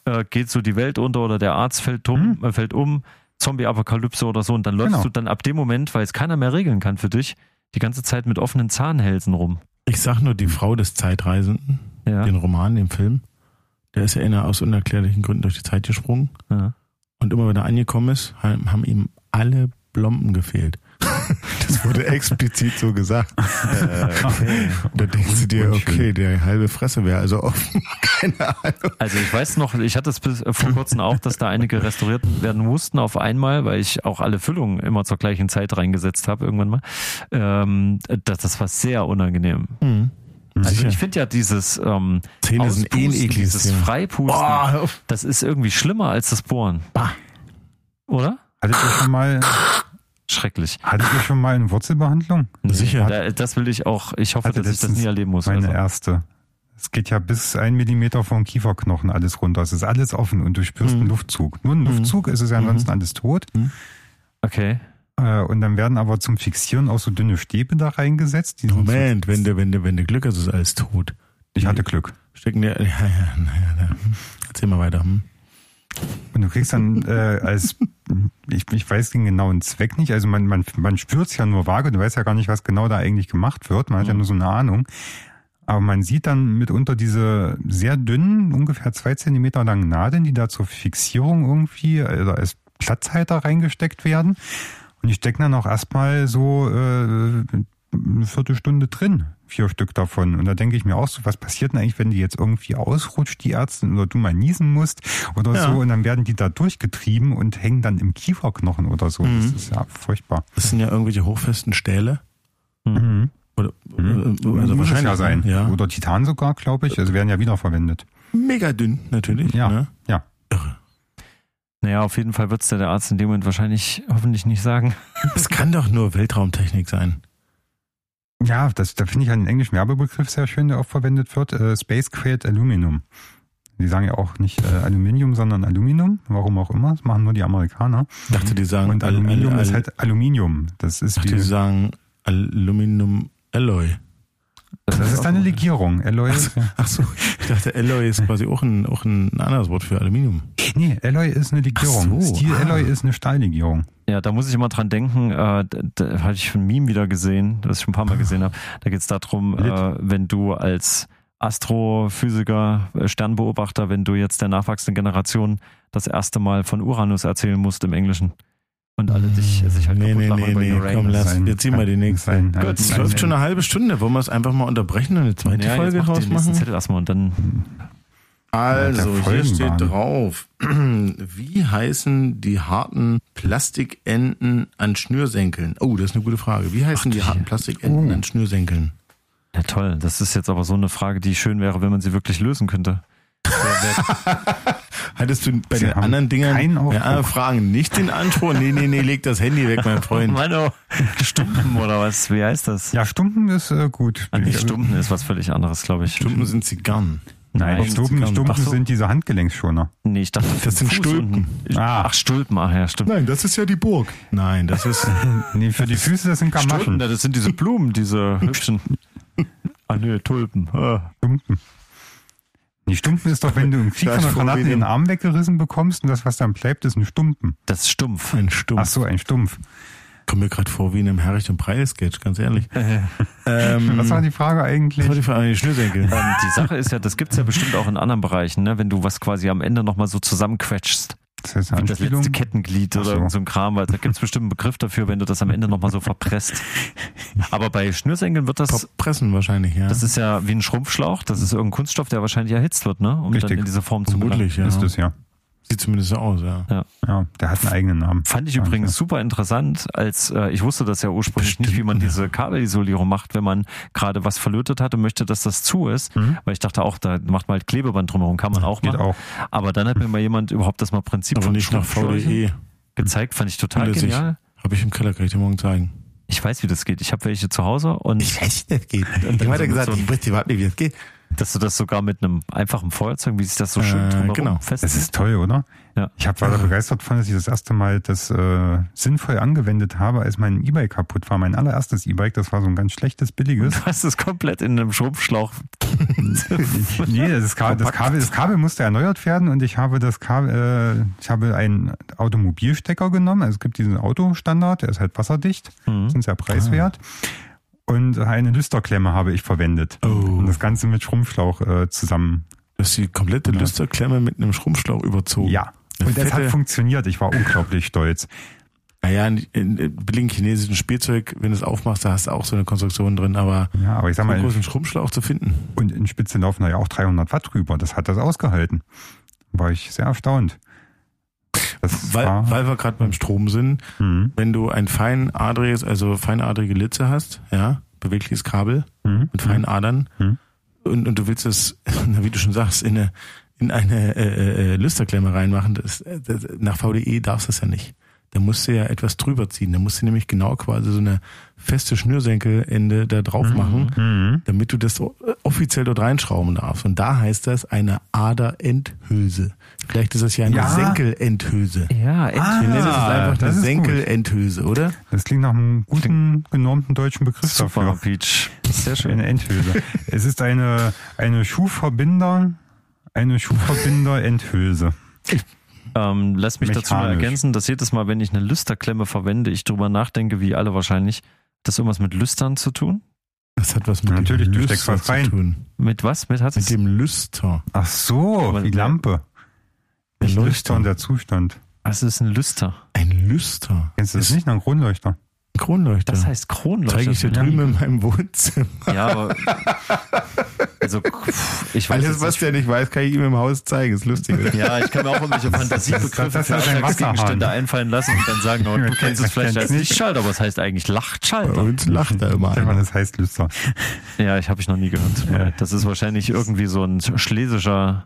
[SPEAKER 2] äh, geht so die Welt unter oder der Arzt fällt um,
[SPEAKER 3] Hm?
[SPEAKER 2] äh, fällt um Zombie-Apokalypse oder so. Und dann läufst
[SPEAKER 4] Genau.
[SPEAKER 2] du dann ab dem Moment, weil es keiner mehr regeln kann für dich, die ganze Zeit mit offenen Zahnhälsen rum.
[SPEAKER 3] Ich sag nur die Frau des Zeitreisenden,
[SPEAKER 2] Ja,
[SPEAKER 3] den Roman, den Film. Der ist ja in aus unerklärlichen Gründen durch die Zeit gesprungen.
[SPEAKER 2] ja.
[SPEAKER 3] Und immer wenn er angekommen ist, haben haben ihm alle Blomben gefehlt. Das wurde explizit so gesagt. Äh, Da denkst du dir,
[SPEAKER 4] Unschön.
[SPEAKER 3] okay, der halbe Fresse wäre also offen. Keine Ahnung.
[SPEAKER 2] Also ich weiß noch, ich hatte es bis äh, vor kurzem auch, dass da einige restauriert werden mussten auf einmal, weil ich auch alle Füllungen immer zur gleichen Zeit reingesetzt habe irgendwann mal. Ähm, das, das war sehr unangenehm. Also ich finde ja dieses ähm,
[SPEAKER 3] Mhm. Zähne sind eh ein
[SPEAKER 2] Auspusten,
[SPEAKER 3] ekliges
[SPEAKER 2] dieses
[SPEAKER 3] Thema.
[SPEAKER 2] Freipusten, das ist irgendwie schlimmer als das Bohren. Oder?
[SPEAKER 4] Hattet ihr schon mal,
[SPEAKER 2] Schrecklich.
[SPEAKER 4] hattet ihr schon mal eine Wurzelbehandlung?
[SPEAKER 3] Sicher.
[SPEAKER 2] Da, das will ich auch. Ich hoffe,
[SPEAKER 4] Hatte
[SPEAKER 2] dass ich das
[SPEAKER 4] letztens
[SPEAKER 2] nie erleben muss.
[SPEAKER 4] Meine
[SPEAKER 2] Also.
[SPEAKER 4] erste. Es geht ja bis ein Millimeter vom Kieferknochen alles runter. Es ist alles offen und du spürst
[SPEAKER 2] Mhm.
[SPEAKER 4] einen Luftzug. Nur ein Luftzug ist es ja ansonsten alles tot.
[SPEAKER 2] Okay.
[SPEAKER 4] Äh, Und dann werden aber zum Fixieren auch so dünne Stäbe da reingesetzt. Die sind
[SPEAKER 3] Moment, wenn du, wenn du, wenn du Glück hast, ist alles tot.
[SPEAKER 4] So, ich hatte Glück.
[SPEAKER 3] Stecken dir, ja, ja, naja, da. Erzähl mal weiter. Hm?
[SPEAKER 4] Und du kriegst dann äh, als, ich, ich weiß den genauen Zweck nicht, also man, man, man spürt's ja nur vage, du weißt ja gar nicht, was genau da eigentlich gemacht wird, man hat ja
[SPEAKER 2] Mhm.
[SPEAKER 4] nur so eine Ahnung. Aber man sieht dann mitunter diese sehr dünnen, ungefähr zwei Zentimeter langen Nadeln, die da zur Fixierung irgendwie oder als Platzhalter reingesteckt werden. Und die stecken dann auch erstmal so äh, eine Viertelstunde drin, vier Stück davon. Und da denke ich mir auch so, was passiert denn eigentlich, wenn die jetzt irgendwie ausrutscht, die Ärztin, oder du mal niesen musst oder
[SPEAKER 3] Ja.
[SPEAKER 4] so. Und dann werden die da durchgetrieben und hängen dann im Kieferknochen oder so. Das ist ja furchtbar.
[SPEAKER 3] Das sind ja irgendwelche hochfesten Stähle.
[SPEAKER 2] Hm.
[SPEAKER 4] Mhm.
[SPEAKER 3] Oder, äh,
[SPEAKER 4] Also
[SPEAKER 3] also
[SPEAKER 4] Muss es
[SPEAKER 3] wahrscheinlich
[SPEAKER 4] ja sein.
[SPEAKER 3] Ja.
[SPEAKER 4] Oder Titan sogar, glaube ich. Also werden ja wiederverwendet.
[SPEAKER 3] Mega dünn, natürlich.
[SPEAKER 4] Ja.
[SPEAKER 3] Ne?
[SPEAKER 4] Ja.
[SPEAKER 2] Naja, auf jeden Fall wird es ja der Arzt in dem Moment wahrscheinlich hoffentlich nicht sagen.
[SPEAKER 3] Das kann doch nur Weltraumtechnik sein.
[SPEAKER 4] Ja, das, da finde ich einen englischen Werbebegriff sehr schön, der oft verwendet wird. Äh, Space Crate Aluminum. Die sagen ja auch nicht äh, Aluminium, sondern Aluminium. Warum auch immer. Das machen nur die Amerikaner.
[SPEAKER 3] Ich dachte, die sagen
[SPEAKER 4] Und
[SPEAKER 3] Al- Al-
[SPEAKER 4] Aluminium
[SPEAKER 3] Al-
[SPEAKER 4] ist halt Aluminium. Das
[SPEAKER 3] ich
[SPEAKER 4] ist
[SPEAKER 3] dachte, die
[SPEAKER 4] wie,
[SPEAKER 3] sagen Aluminium Alloy.
[SPEAKER 4] das ist eine Legierung. Alloy.
[SPEAKER 3] Ach so.
[SPEAKER 4] ja.
[SPEAKER 3] Ach so, ich dachte, Alloy ist quasi auch ein, auch ein anderes Wort für Aluminium.
[SPEAKER 4] Nee, Alloy ist eine Legierung.
[SPEAKER 3] Ach so,
[SPEAKER 4] Steel
[SPEAKER 3] ah.
[SPEAKER 4] Alloy ist eine Stahllegierung.
[SPEAKER 2] Ja, da muss ich immer dran denken, äh, da, da habe ich ein Meme wieder gesehen, das ich schon ein paar Mal gesehen habe. Da geht es darum,
[SPEAKER 4] Lit.
[SPEAKER 2] äh, wenn du als Astrophysiker, äh, Sternbeobachter, wenn du jetzt der nachwachsenden Generation das erste Mal von Uranus erzählen musst im Englischen und alle dich sich halt
[SPEAKER 3] Mm, Nee,
[SPEAKER 2] kaputt
[SPEAKER 3] nee,
[SPEAKER 2] machen
[SPEAKER 3] nee,
[SPEAKER 2] über
[SPEAKER 3] nee,
[SPEAKER 2] Uranus.
[SPEAKER 3] komm, lass.
[SPEAKER 4] Sein-
[SPEAKER 3] Jetzt ziehen wir die nächste.
[SPEAKER 4] sein-
[SPEAKER 2] Gut,
[SPEAKER 3] Es
[SPEAKER 2] Nein,
[SPEAKER 3] läuft
[SPEAKER 4] sein-
[SPEAKER 3] schon eine halbe Stunde. Wollen wir es einfach mal unterbrechen und eine zweite
[SPEAKER 2] ja,
[SPEAKER 3] Folge
[SPEAKER 2] jetzt mach
[SPEAKER 3] draus
[SPEAKER 2] den nächsten
[SPEAKER 3] machen?
[SPEAKER 2] Zettel erstmal und dann
[SPEAKER 4] Ja,
[SPEAKER 3] Also,
[SPEAKER 4] der
[SPEAKER 3] hier steht
[SPEAKER 4] Folgenbahn.
[SPEAKER 3] drauf. Wie heißen die harten Plastikenden an Schnürsenkeln? Oh, das ist eine gute Frage. Wie heißen die harten Plastikenden an Schnürsenkeln?
[SPEAKER 2] Ja, toll. Das ist jetzt aber so eine Frage, die schön wäre, wenn man sie wirklich lösen könnte.
[SPEAKER 3] Hattest du bei
[SPEAKER 4] Sie
[SPEAKER 3] den
[SPEAKER 4] haben
[SPEAKER 3] anderen Dingern, bei
[SPEAKER 4] keinen
[SPEAKER 3] den
[SPEAKER 4] Aufruf.
[SPEAKER 3] anderen Fragen nicht den Anspruch? Nee, nee, nee, leg das Handy weg, mein Freund.
[SPEAKER 2] Mano, Stumpen oder was? Wie heißt das?
[SPEAKER 4] Ja, Stumpen ist äh, gut.
[SPEAKER 2] Ah, nee, Stumpen ist was völlig anderes, glaube ich.
[SPEAKER 3] Stumpen sind Zigarren.
[SPEAKER 4] Nein, Stumpen, Stumpen
[SPEAKER 2] Ach so.
[SPEAKER 4] sind diese Handgelenkschoner.
[SPEAKER 2] Nee, ich dachte,
[SPEAKER 3] Das sind
[SPEAKER 2] Fuß
[SPEAKER 3] Stulpen.
[SPEAKER 2] unten.
[SPEAKER 4] Ah.
[SPEAKER 2] Ach, Stulpen, ach ja, stimmt.
[SPEAKER 3] Nein, das ist ja die Burg. Nein, das ist.
[SPEAKER 4] Nee, für die Füße, das sind
[SPEAKER 2] Stulpen,
[SPEAKER 4] Gamaschen.
[SPEAKER 2] das sind diese Blumen, diese hübschen. Ah, nee, Tulpen. Ah.
[SPEAKER 4] Stumpen. Die Stumpen ist doch, wenn du im Krieg
[SPEAKER 3] Da
[SPEAKER 4] von
[SPEAKER 3] ist
[SPEAKER 4] einer
[SPEAKER 3] vor
[SPEAKER 4] Granate
[SPEAKER 3] mir
[SPEAKER 4] den
[SPEAKER 3] dem-
[SPEAKER 4] Arm weggerissen bekommst und das, was dann bleibt, ist ein Stumpen.
[SPEAKER 2] Das ist stumpf.
[SPEAKER 3] Ein Stumpf.
[SPEAKER 4] Ach so, ein Stumpf.
[SPEAKER 3] Kommt mir gerade vor wie in einem Herricht und Preis-Sketch, ganz ehrlich. ähm,
[SPEAKER 4] Was war die Frage eigentlich?
[SPEAKER 3] was war die Frage? Die Schnürsenkel.
[SPEAKER 2] Ähm, die Sache ist ja, das gibt's ja bestimmt auch in anderen Bereichen, ne? wenn du was quasi am Ende nochmal so zusammenquetschst.
[SPEAKER 4] Das heißt eine
[SPEAKER 2] Wie das letzte
[SPEAKER 4] Anspielung.
[SPEAKER 2] Kettenglied
[SPEAKER 4] Ach so.
[SPEAKER 2] oder irgend so ein Kram. weil Da gibt's bestimmt einen Begriff dafür, wenn du das am Ende nochmal so verpresst. Aber bei Schnürsenkeln wird das,
[SPEAKER 3] Pressen wahrscheinlich, ja.
[SPEAKER 2] das ist ja wie ein Schrumpfschlauch, das ist irgendein Kunststoff, der wahrscheinlich erhitzt wird, ne? um dann
[SPEAKER 4] Richtig.
[SPEAKER 2] in diese Form zu gelangen.
[SPEAKER 3] Vermutlich, ja.
[SPEAKER 4] Ist es ja.
[SPEAKER 3] Sieht zumindest so aus, ja.
[SPEAKER 4] Ja, der hat einen eigenen Namen.
[SPEAKER 2] Fand ich übrigens super interessant, als äh, ich wusste das ja ursprünglich nicht, wie man diese Kabelisolierung macht, wenn man gerade was verlötet hat und möchte, dass das zu ist. Weil ich dachte auch, da macht man halt Klebeband drumherum, kann man auch
[SPEAKER 4] Geht
[SPEAKER 2] machen.
[SPEAKER 4] auch.
[SPEAKER 2] Aber dann hat mir mal jemand überhaupt das mal Prinzip
[SPEAKER 3] Aber
[SPEAKER 2] von
[SPEAKER 3] nicht nach E.
[SPEAKER 2] Schrumpfschläuchen
[SPEAKER 3] VDE.
[SPEAKER 2] gezeigt, fand ich total
[SPEAKER 3] Lässig.
[SPEAKER 2] genial.
[SPEAKER 3] Habe ich im Keller, kann ich dir morgen zeigen.
[SPEAKER 2] Ich weiß, wie das geht. Ich habe welche zu Hause und
[SPEAKER 3] weiß, wie das geht.
[SPEAKER 2] dann so mit so einem-
[SPEAKER 3] weiß überhaupt nicht, wie das geht.
[SPEAKER 2] dass du das sogar mit einem einfachen Feuerzeug, wie sich das so schön
[SPEAKER 3] Äh,
[SPEAKER 2] drumherum
[SPEAKER 3] genau.
[SPEAKER 2] fest
[SPEAKER 4] Das ist toll, oder?
[SPEAKER 2] Ja.
[SPEAKER 4] Ich hab, war da begeistert von, dass ich das erste Mal das äh, sinnvoll angewendet habe, als mein E-Bike kaputt war. Mein allererstes E-Bike, das war so ein ganz schlechtes, billiges.
[SPEAKER 2] Du hast es komplett in einem Schrumpfschlauch.
[SPEAKER 4] Nee, das Kabel, das, Kabel, das Kabel musste erneuert werden und ich habe das Kabel, äh, ich habe einen Automobilstecker genommen. Also es gibt diesen Autostandard, der ist halt wasserdicht,
[SPEAKER 3] Mhm.
[SPEAKER 4] sind
[SPEAKER 3] Ah.
[SPEAKER 4] sehr preiswert. Und eine Lüsterklemme habe ich verwendet.
[SPEAKER 3] Oh.
[SPEAKER 4] Und das Ganze mit Schrumpfschlauch äh, zusammen.
[SPEAKER 3] Du hast die komplette Lüsterklemme mit einem Schrumpfschlauch überzogen.
[SPEAKER 4] Ja. Und das hat
[SPEAKER 3] Oh. Fette-
[SPEAKER 4] funktioniert. Ich war unglaublich stolz.
[SPEAKER 3] Naja, in, in, in billigen chinesischen Spielzeug, wenn du es aufmachst, da hast du auch so eine Konstruktion drin, aber
[SPEAKER 4] Ja, aber ich sag
[SPEAKER 3] so einen
[SPEAKER 4] mal,
[SPEAKER 3] großen Schrumpfschlauch zu finden.
[SPEAKER 4] und in Spitze laufen da ja auch 300 Watt rüber. Das hat das ausgehalten. War ich sehr erstaunt. Das
[SPEAKER 3] Weil,
[SPEAKER 4] war,
[SPEAKER 3] weil wir gerade beim Strom sind,
[SPEAKER 4] Mhm.
[SPEAKER 3] wenn du ein feinadriges, also feinadrige Litze hast, ja, bewegliches Kabel
[SPEAKER 4] Mhm.
[SPEAKER 3] mit feinen Adern
[SPEAKER 4] Mhm.
[SPEAKER 3] und, und du willst es, wie du schon sagst, in eine, in eine äh, äh, Lüsterklemme reinmachen, das, äh, das, nach VDE darfst du das ja nicht. Da musst du ja etwas drüber ziehen. Da musst du nämlich genau quasi so eine feste Schnürsenkelende da drauf machen,
[SPEAKER 4] Mhm.
[SPEAKER 3] damit du das o- äh, offiziell dort reinschrauben darfst. Und da heißt das eine Aderendhülse. Vielleicht ist das ja eine
[SPEAKER 4] Ja.
[SPEAKER 3] Senkelendhülse.
[SPEAKER 2] Ja, echt.
[SPEAKER 4] Ah.
[SPEAKER 3] Wir nennen es jetzt einfach
[SPEAKER 4] das
[SPEAKER 3] eine
[SPEAKER 4] ist gut.
[SPEAKER 3] Senkelendhülse, oder?
[SPEAKER 4] Das klingt nach einem guten, genormten deutschen Begriff
[SPEAKER 2] Super,
[SPEAKER 4] dafür.
[SPEAKER 2] Peach. Sehr schön.
[SPEAKER 4] Eine Endhülse. es ist eine, eine Schuhverbinder, eine Schuhverbinder-Endhülse.
[SPEAKER 2] Ähm, lass mich dazu mal
[SPEAKER 4] Mechanisch.
[SPEAKER 2] ergänzen, dass jedes Mal, wenn ich eine Lüsterklemme verwende, ich drüber nachdenke, wie alle wahrscheinlich, hat das irgendwas mit Lüstern zu tun?
[SPEAKER 3] Das hat was mit
[SPEAKER 4] Natürlich,
[SPEAKER 3] dem
[SPEAKER 4] du
[SPEAKER 3] Lüster
[SPEAKER 4] steckst was
[SPEAKER 3] zu
[SPEAKER 4] rein.
[SPEAKER 3] tun.
[SPEAKER 2] Mit was? Mit hat
[SPEAKER 3] Mit
[SPEAKER 2] es?
[SPEAKER 3] dem Lüster.
[SPEAKER 4] Ach so,
[SPEAKER 2] Aber-
[SPEAKER 4] die Lampe.
[SPEAKER 3] Der
[SPEAKER 4] Nicht Lüster und
[SPEAKER 3] Leuchter.
[SPEAKER 4] der Zustand.
[SPEAKER 2] Was ist ein Lüster?
[SPEAKER 3] Ein Lüster.
[SPEAKER 4] Kennst du das nicht? Na, Ein Kronleuchter.
[SPEAKER 3] Ein Kronleuchter.
[SPEAKER 2] Das heißt Kronleuchter.
[SPEAKER 3] Zeige ich dir
[SPEAKER 2] Ja.
[SPEAKER 3] drüben in meinem Wohnzimmer.
[SPEAKER 2] Ja, aber. Also, pff, ich weiß.
[SPEAKER 3] Alles,
[SPEAKER 2] jetzt
[SPEAKER 3] was der nicht weiß, kann ich ihm im Haus zeigen. Ist lustig.
[SPEAKER 2] nicht. Ja, ich kann mir auch irgendwelche
[SPEAKER 4] Das-
[SPEAKER 2] Fantasiebegriffe
[SPEAKER 4] das
[SPEAKER 2] für
[SPEAKER 4] ist ein
[SPEAKER 2] Alltagsgegenstände
[SPEAKER 4] Wasserhahn.
[SPEAKER 2] einfallen lassen und dann sagen, oh, du
[SPEAKER 4] Ich
[SPEAKER 2] kennst es vielleicht
[SPEAKER 4] kenn's
[SPEAKER 2] als
[SPEAKER 4] nicht.
[SPEAKER 2] Lichtschalter, aber es heißt eigentlich
[SPEAKER 3] Bei
[SPEAKER 2] Lachtschalter.
[SPEAKER 3] uns lacht er immer.
[SPEAKER 4] Stefan,
[SPEAKER 3] einer.
[SPEAKER 4] das heißt Lüster.
[SPEAKER 2] Ja, ich habe ich noch nie gehört. Das ist wahrscheinlich irgendwie so ein schlesischer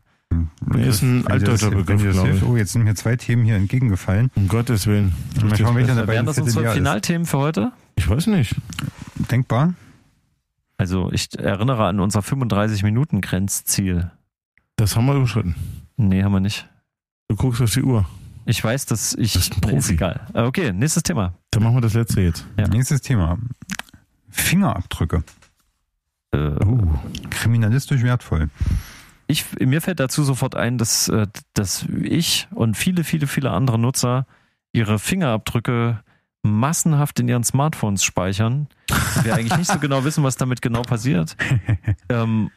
[SPEAKER 3] Nee, ist ein
[SPEAKER 4] Wenn dir
[SPEAKER 3] altdeutscher
[SPEAKER 4] das, wenn
[SPEAKER 3] Begriff,
[SPEAKER 4] dir das
[SPEAKER 3] glaube
[SPEAKER 4] hilft.
[SPEAKER 3] ich.
[SPEAKER 4] Oh, jetzt sind mir zwei Themen hier entgegengefallen.
[SPEAKER 3] Um Gottes Willen.
[SPEAKER 4] Mal schauen, welcher der
[SPEAKER 2] äh, Wären
[SPEAKER 4] beiden
[SPEAKER 2] das unsere
[SPEAKER 4] Vierteljahr ist.
[SPEAKER 2] Finalthemen für heute?
[SPEAKER 3] Ich weiß nicht.
[SPEAKER 4] Denkbar?
[SPEAKER 2] Also ich erinnere an unser 35-Minuten-Grenzziel.
[SPEAKER 3] Das haben wir überschritten.
[SPEAKER 2] Nee, haben wir nicht.
[SPEAKER 3] Du guckst auf die Uhr.
[SPEAKER 2] Ich weiß, dass ich...
[SPEAKER 3] Das ist ein Profi.
[SPEAKER 2] Ist egal. Äh, Okay, nächstes Thema.
[SPEAKER 3] Dann machen wir das letzte jetzt.
[SPEAKER 2] Ja.
[SPEAKER 4] Nächstes Thema. Fingerabdrücke.
[SPEAKER 2] Äh,
[SPEAKER 3] Oh.
[SPEAKER 4] Kriminalistisch wertvoll.
[SPEAKER 2] ich, mir fällt dazu sofort ein, dass, äh, dass ich und viele, viele, viele andere Nutzer ihre Fingerabdrücke massenhaft in ihren Smartphones speichern. Wir eigentlich nicht so genau wissen, was damit genau passiert. Ähm,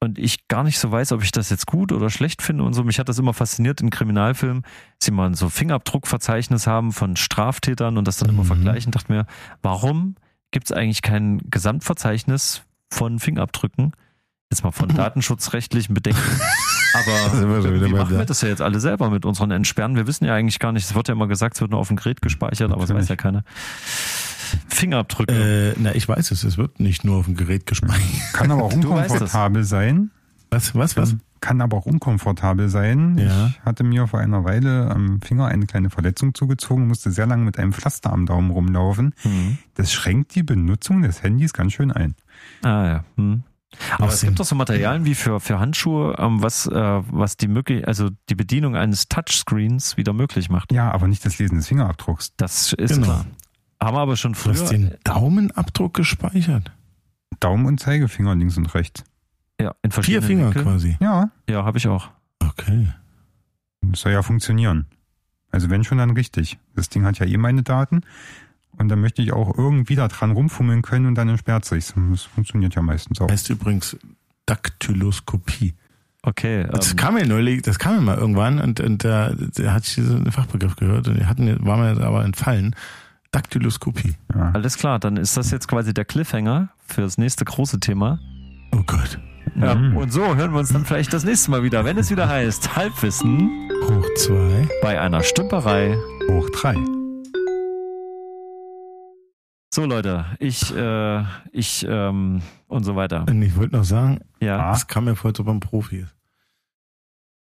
[SPEAKER 2] und ich gar nicht so weiß, ob ich das jetzt gut oder schlecht finde und so. Mich hat das immer fasziniert in Kriminalfilmen, dass sie mal so Fingerabdruckverzeichnis haben von Straftätern und das dann immer
[SPEAKER 3] Mhm.
[SPEAKER 2] vergleichen. Dachte mir, warum gibt es eigentlich kein Gesamtverzeichnis von Fingerabdrücken? Jetzt mal von datenschutzrechtlichen Bedenken.
[SPEAKER 3] Da sind wir
[SPEAKER 2] Aber
[SPEAKER 3] schon wieder
[SPEAKER 2] wie machen
[SPEAKER 3] bei Also, der-
[SPEAKER 2] wir das ja jetzt alle selber mit unseren Entsperren? Wir wissen ja eigentlich gar nicht, es wird ja immer gesagt, es wird nur auf dem Gerät gespeichert, aber es weiß
[SPEAKER 4] Natürlich.
[SPEAKER 2] ja keiner. Fingerabdrücke.
[SPEAKER 3] Äh, na, ich weiß es. Es wird nicht nur auf dem Gerät gespeichert.
[SPEAKER 4] Kann aber auch
[SPEAKER 2] Du weißt
[SPEAKER 4] unkomfortabel sein.
[SPEAKER 3] Was, was, was?
[SPEAKER 4] Kann aber auch unkomfortabel sein.
[SPEAKER 3] Ja.
[SPEAKER 4] Ich hatte mir vor einer Weile am Finger eine kleine Verletzung zugezogen, musste sehr lange mit einem Pflaster am Daumen rumlaufen.
[SPEAKER 2] Hm.
[SPEAKER 4] Das schränkt die Benutzung des Handys ganz schön ein.
[SPEAKER 2] Ah ja. Hm. Aber es
[SPEAKER 3] Bisschen.
[SPEAKER 2] gibt doch so Materialien wie für, für Handschuhe, ähm, was, äh, was die möglich, also die Bedienung eines Touchscreens wieder möglich macht.
[SPEAKER 4] Ja, aber nicht das Lesen des Fingerabdrucks.
[SPEAKER 2] Das ist
[SPEAKER 3] Genau.
[SPEAKER 2] klar. Haben wir aber schon
[SPEAKER 3] Du hast
[SPEAKER 2] früher
[SPEAKER 3] den Daumenabdruck gespeichert.
[SPEAKER 4] Daumen und Zeigefinger links und rechts.
[SPEAKER 2] ja, in
[SPEAKER 3] Vier
[SPEAKER 2] verschiedenen
[SPEAKER 3] Finger
[SPEAKER 2] Winkeln.
[SPEAKER 3] quasi.
[SPEAKER 4] Ja,
[SPEAKER 2] Ja, habe ich auch.
[SPEAKER 3] Okay.
[SPEAKER 4] das soll ja funktionieren. Also wenn schon, dann richtig. Das Ding hat ja eh meine Daten. Und dann möchte ich auch irgendwie da dran rumfummeln können und dann entsperrt sich's. Das funktioniert ja meistens auch.
[SPEAKER 3] Heißt übrigens Daktyloskopie.
[SPEAKER 2] Okay. ähm,
[SPEAKER 3] Das kam ja neulich, das kam ja mal irgendwann und, und da, da hatte ich diesen Fachbegriff gehört und hatten, war mir aber entfallen. Daktyloskopie.
[SPEAKER 4] Ja.
[SPEAKER 2] alles klar, dann ist das jetzt quasi der Cliffhanger für das nächste große Thema.
[SPEAKER 3] Oh Gott.
[SPEAKER 2] Ja,
[SPEAKER 4] Mhm.
[SPEAKER 2] und so hören wir uns dann vielleicht das nächste Mal wieder, wenn es wieder heißt Halbwissen
[SPEAKER 3] Hoch zwei.
[SPEAKER 2] bei einer Stümperei.
[SPEAKER 4] Hoch drei.
[SPEAKER 2] So Leute, ich, äh, ich ähm, und so weiter.
[SPEAKER 3] Und ich wollte noch sagen,
[SPEAKER 2] Ja.
[SPEAKER 3] das kam mir vor, als ob er ein Profi ist.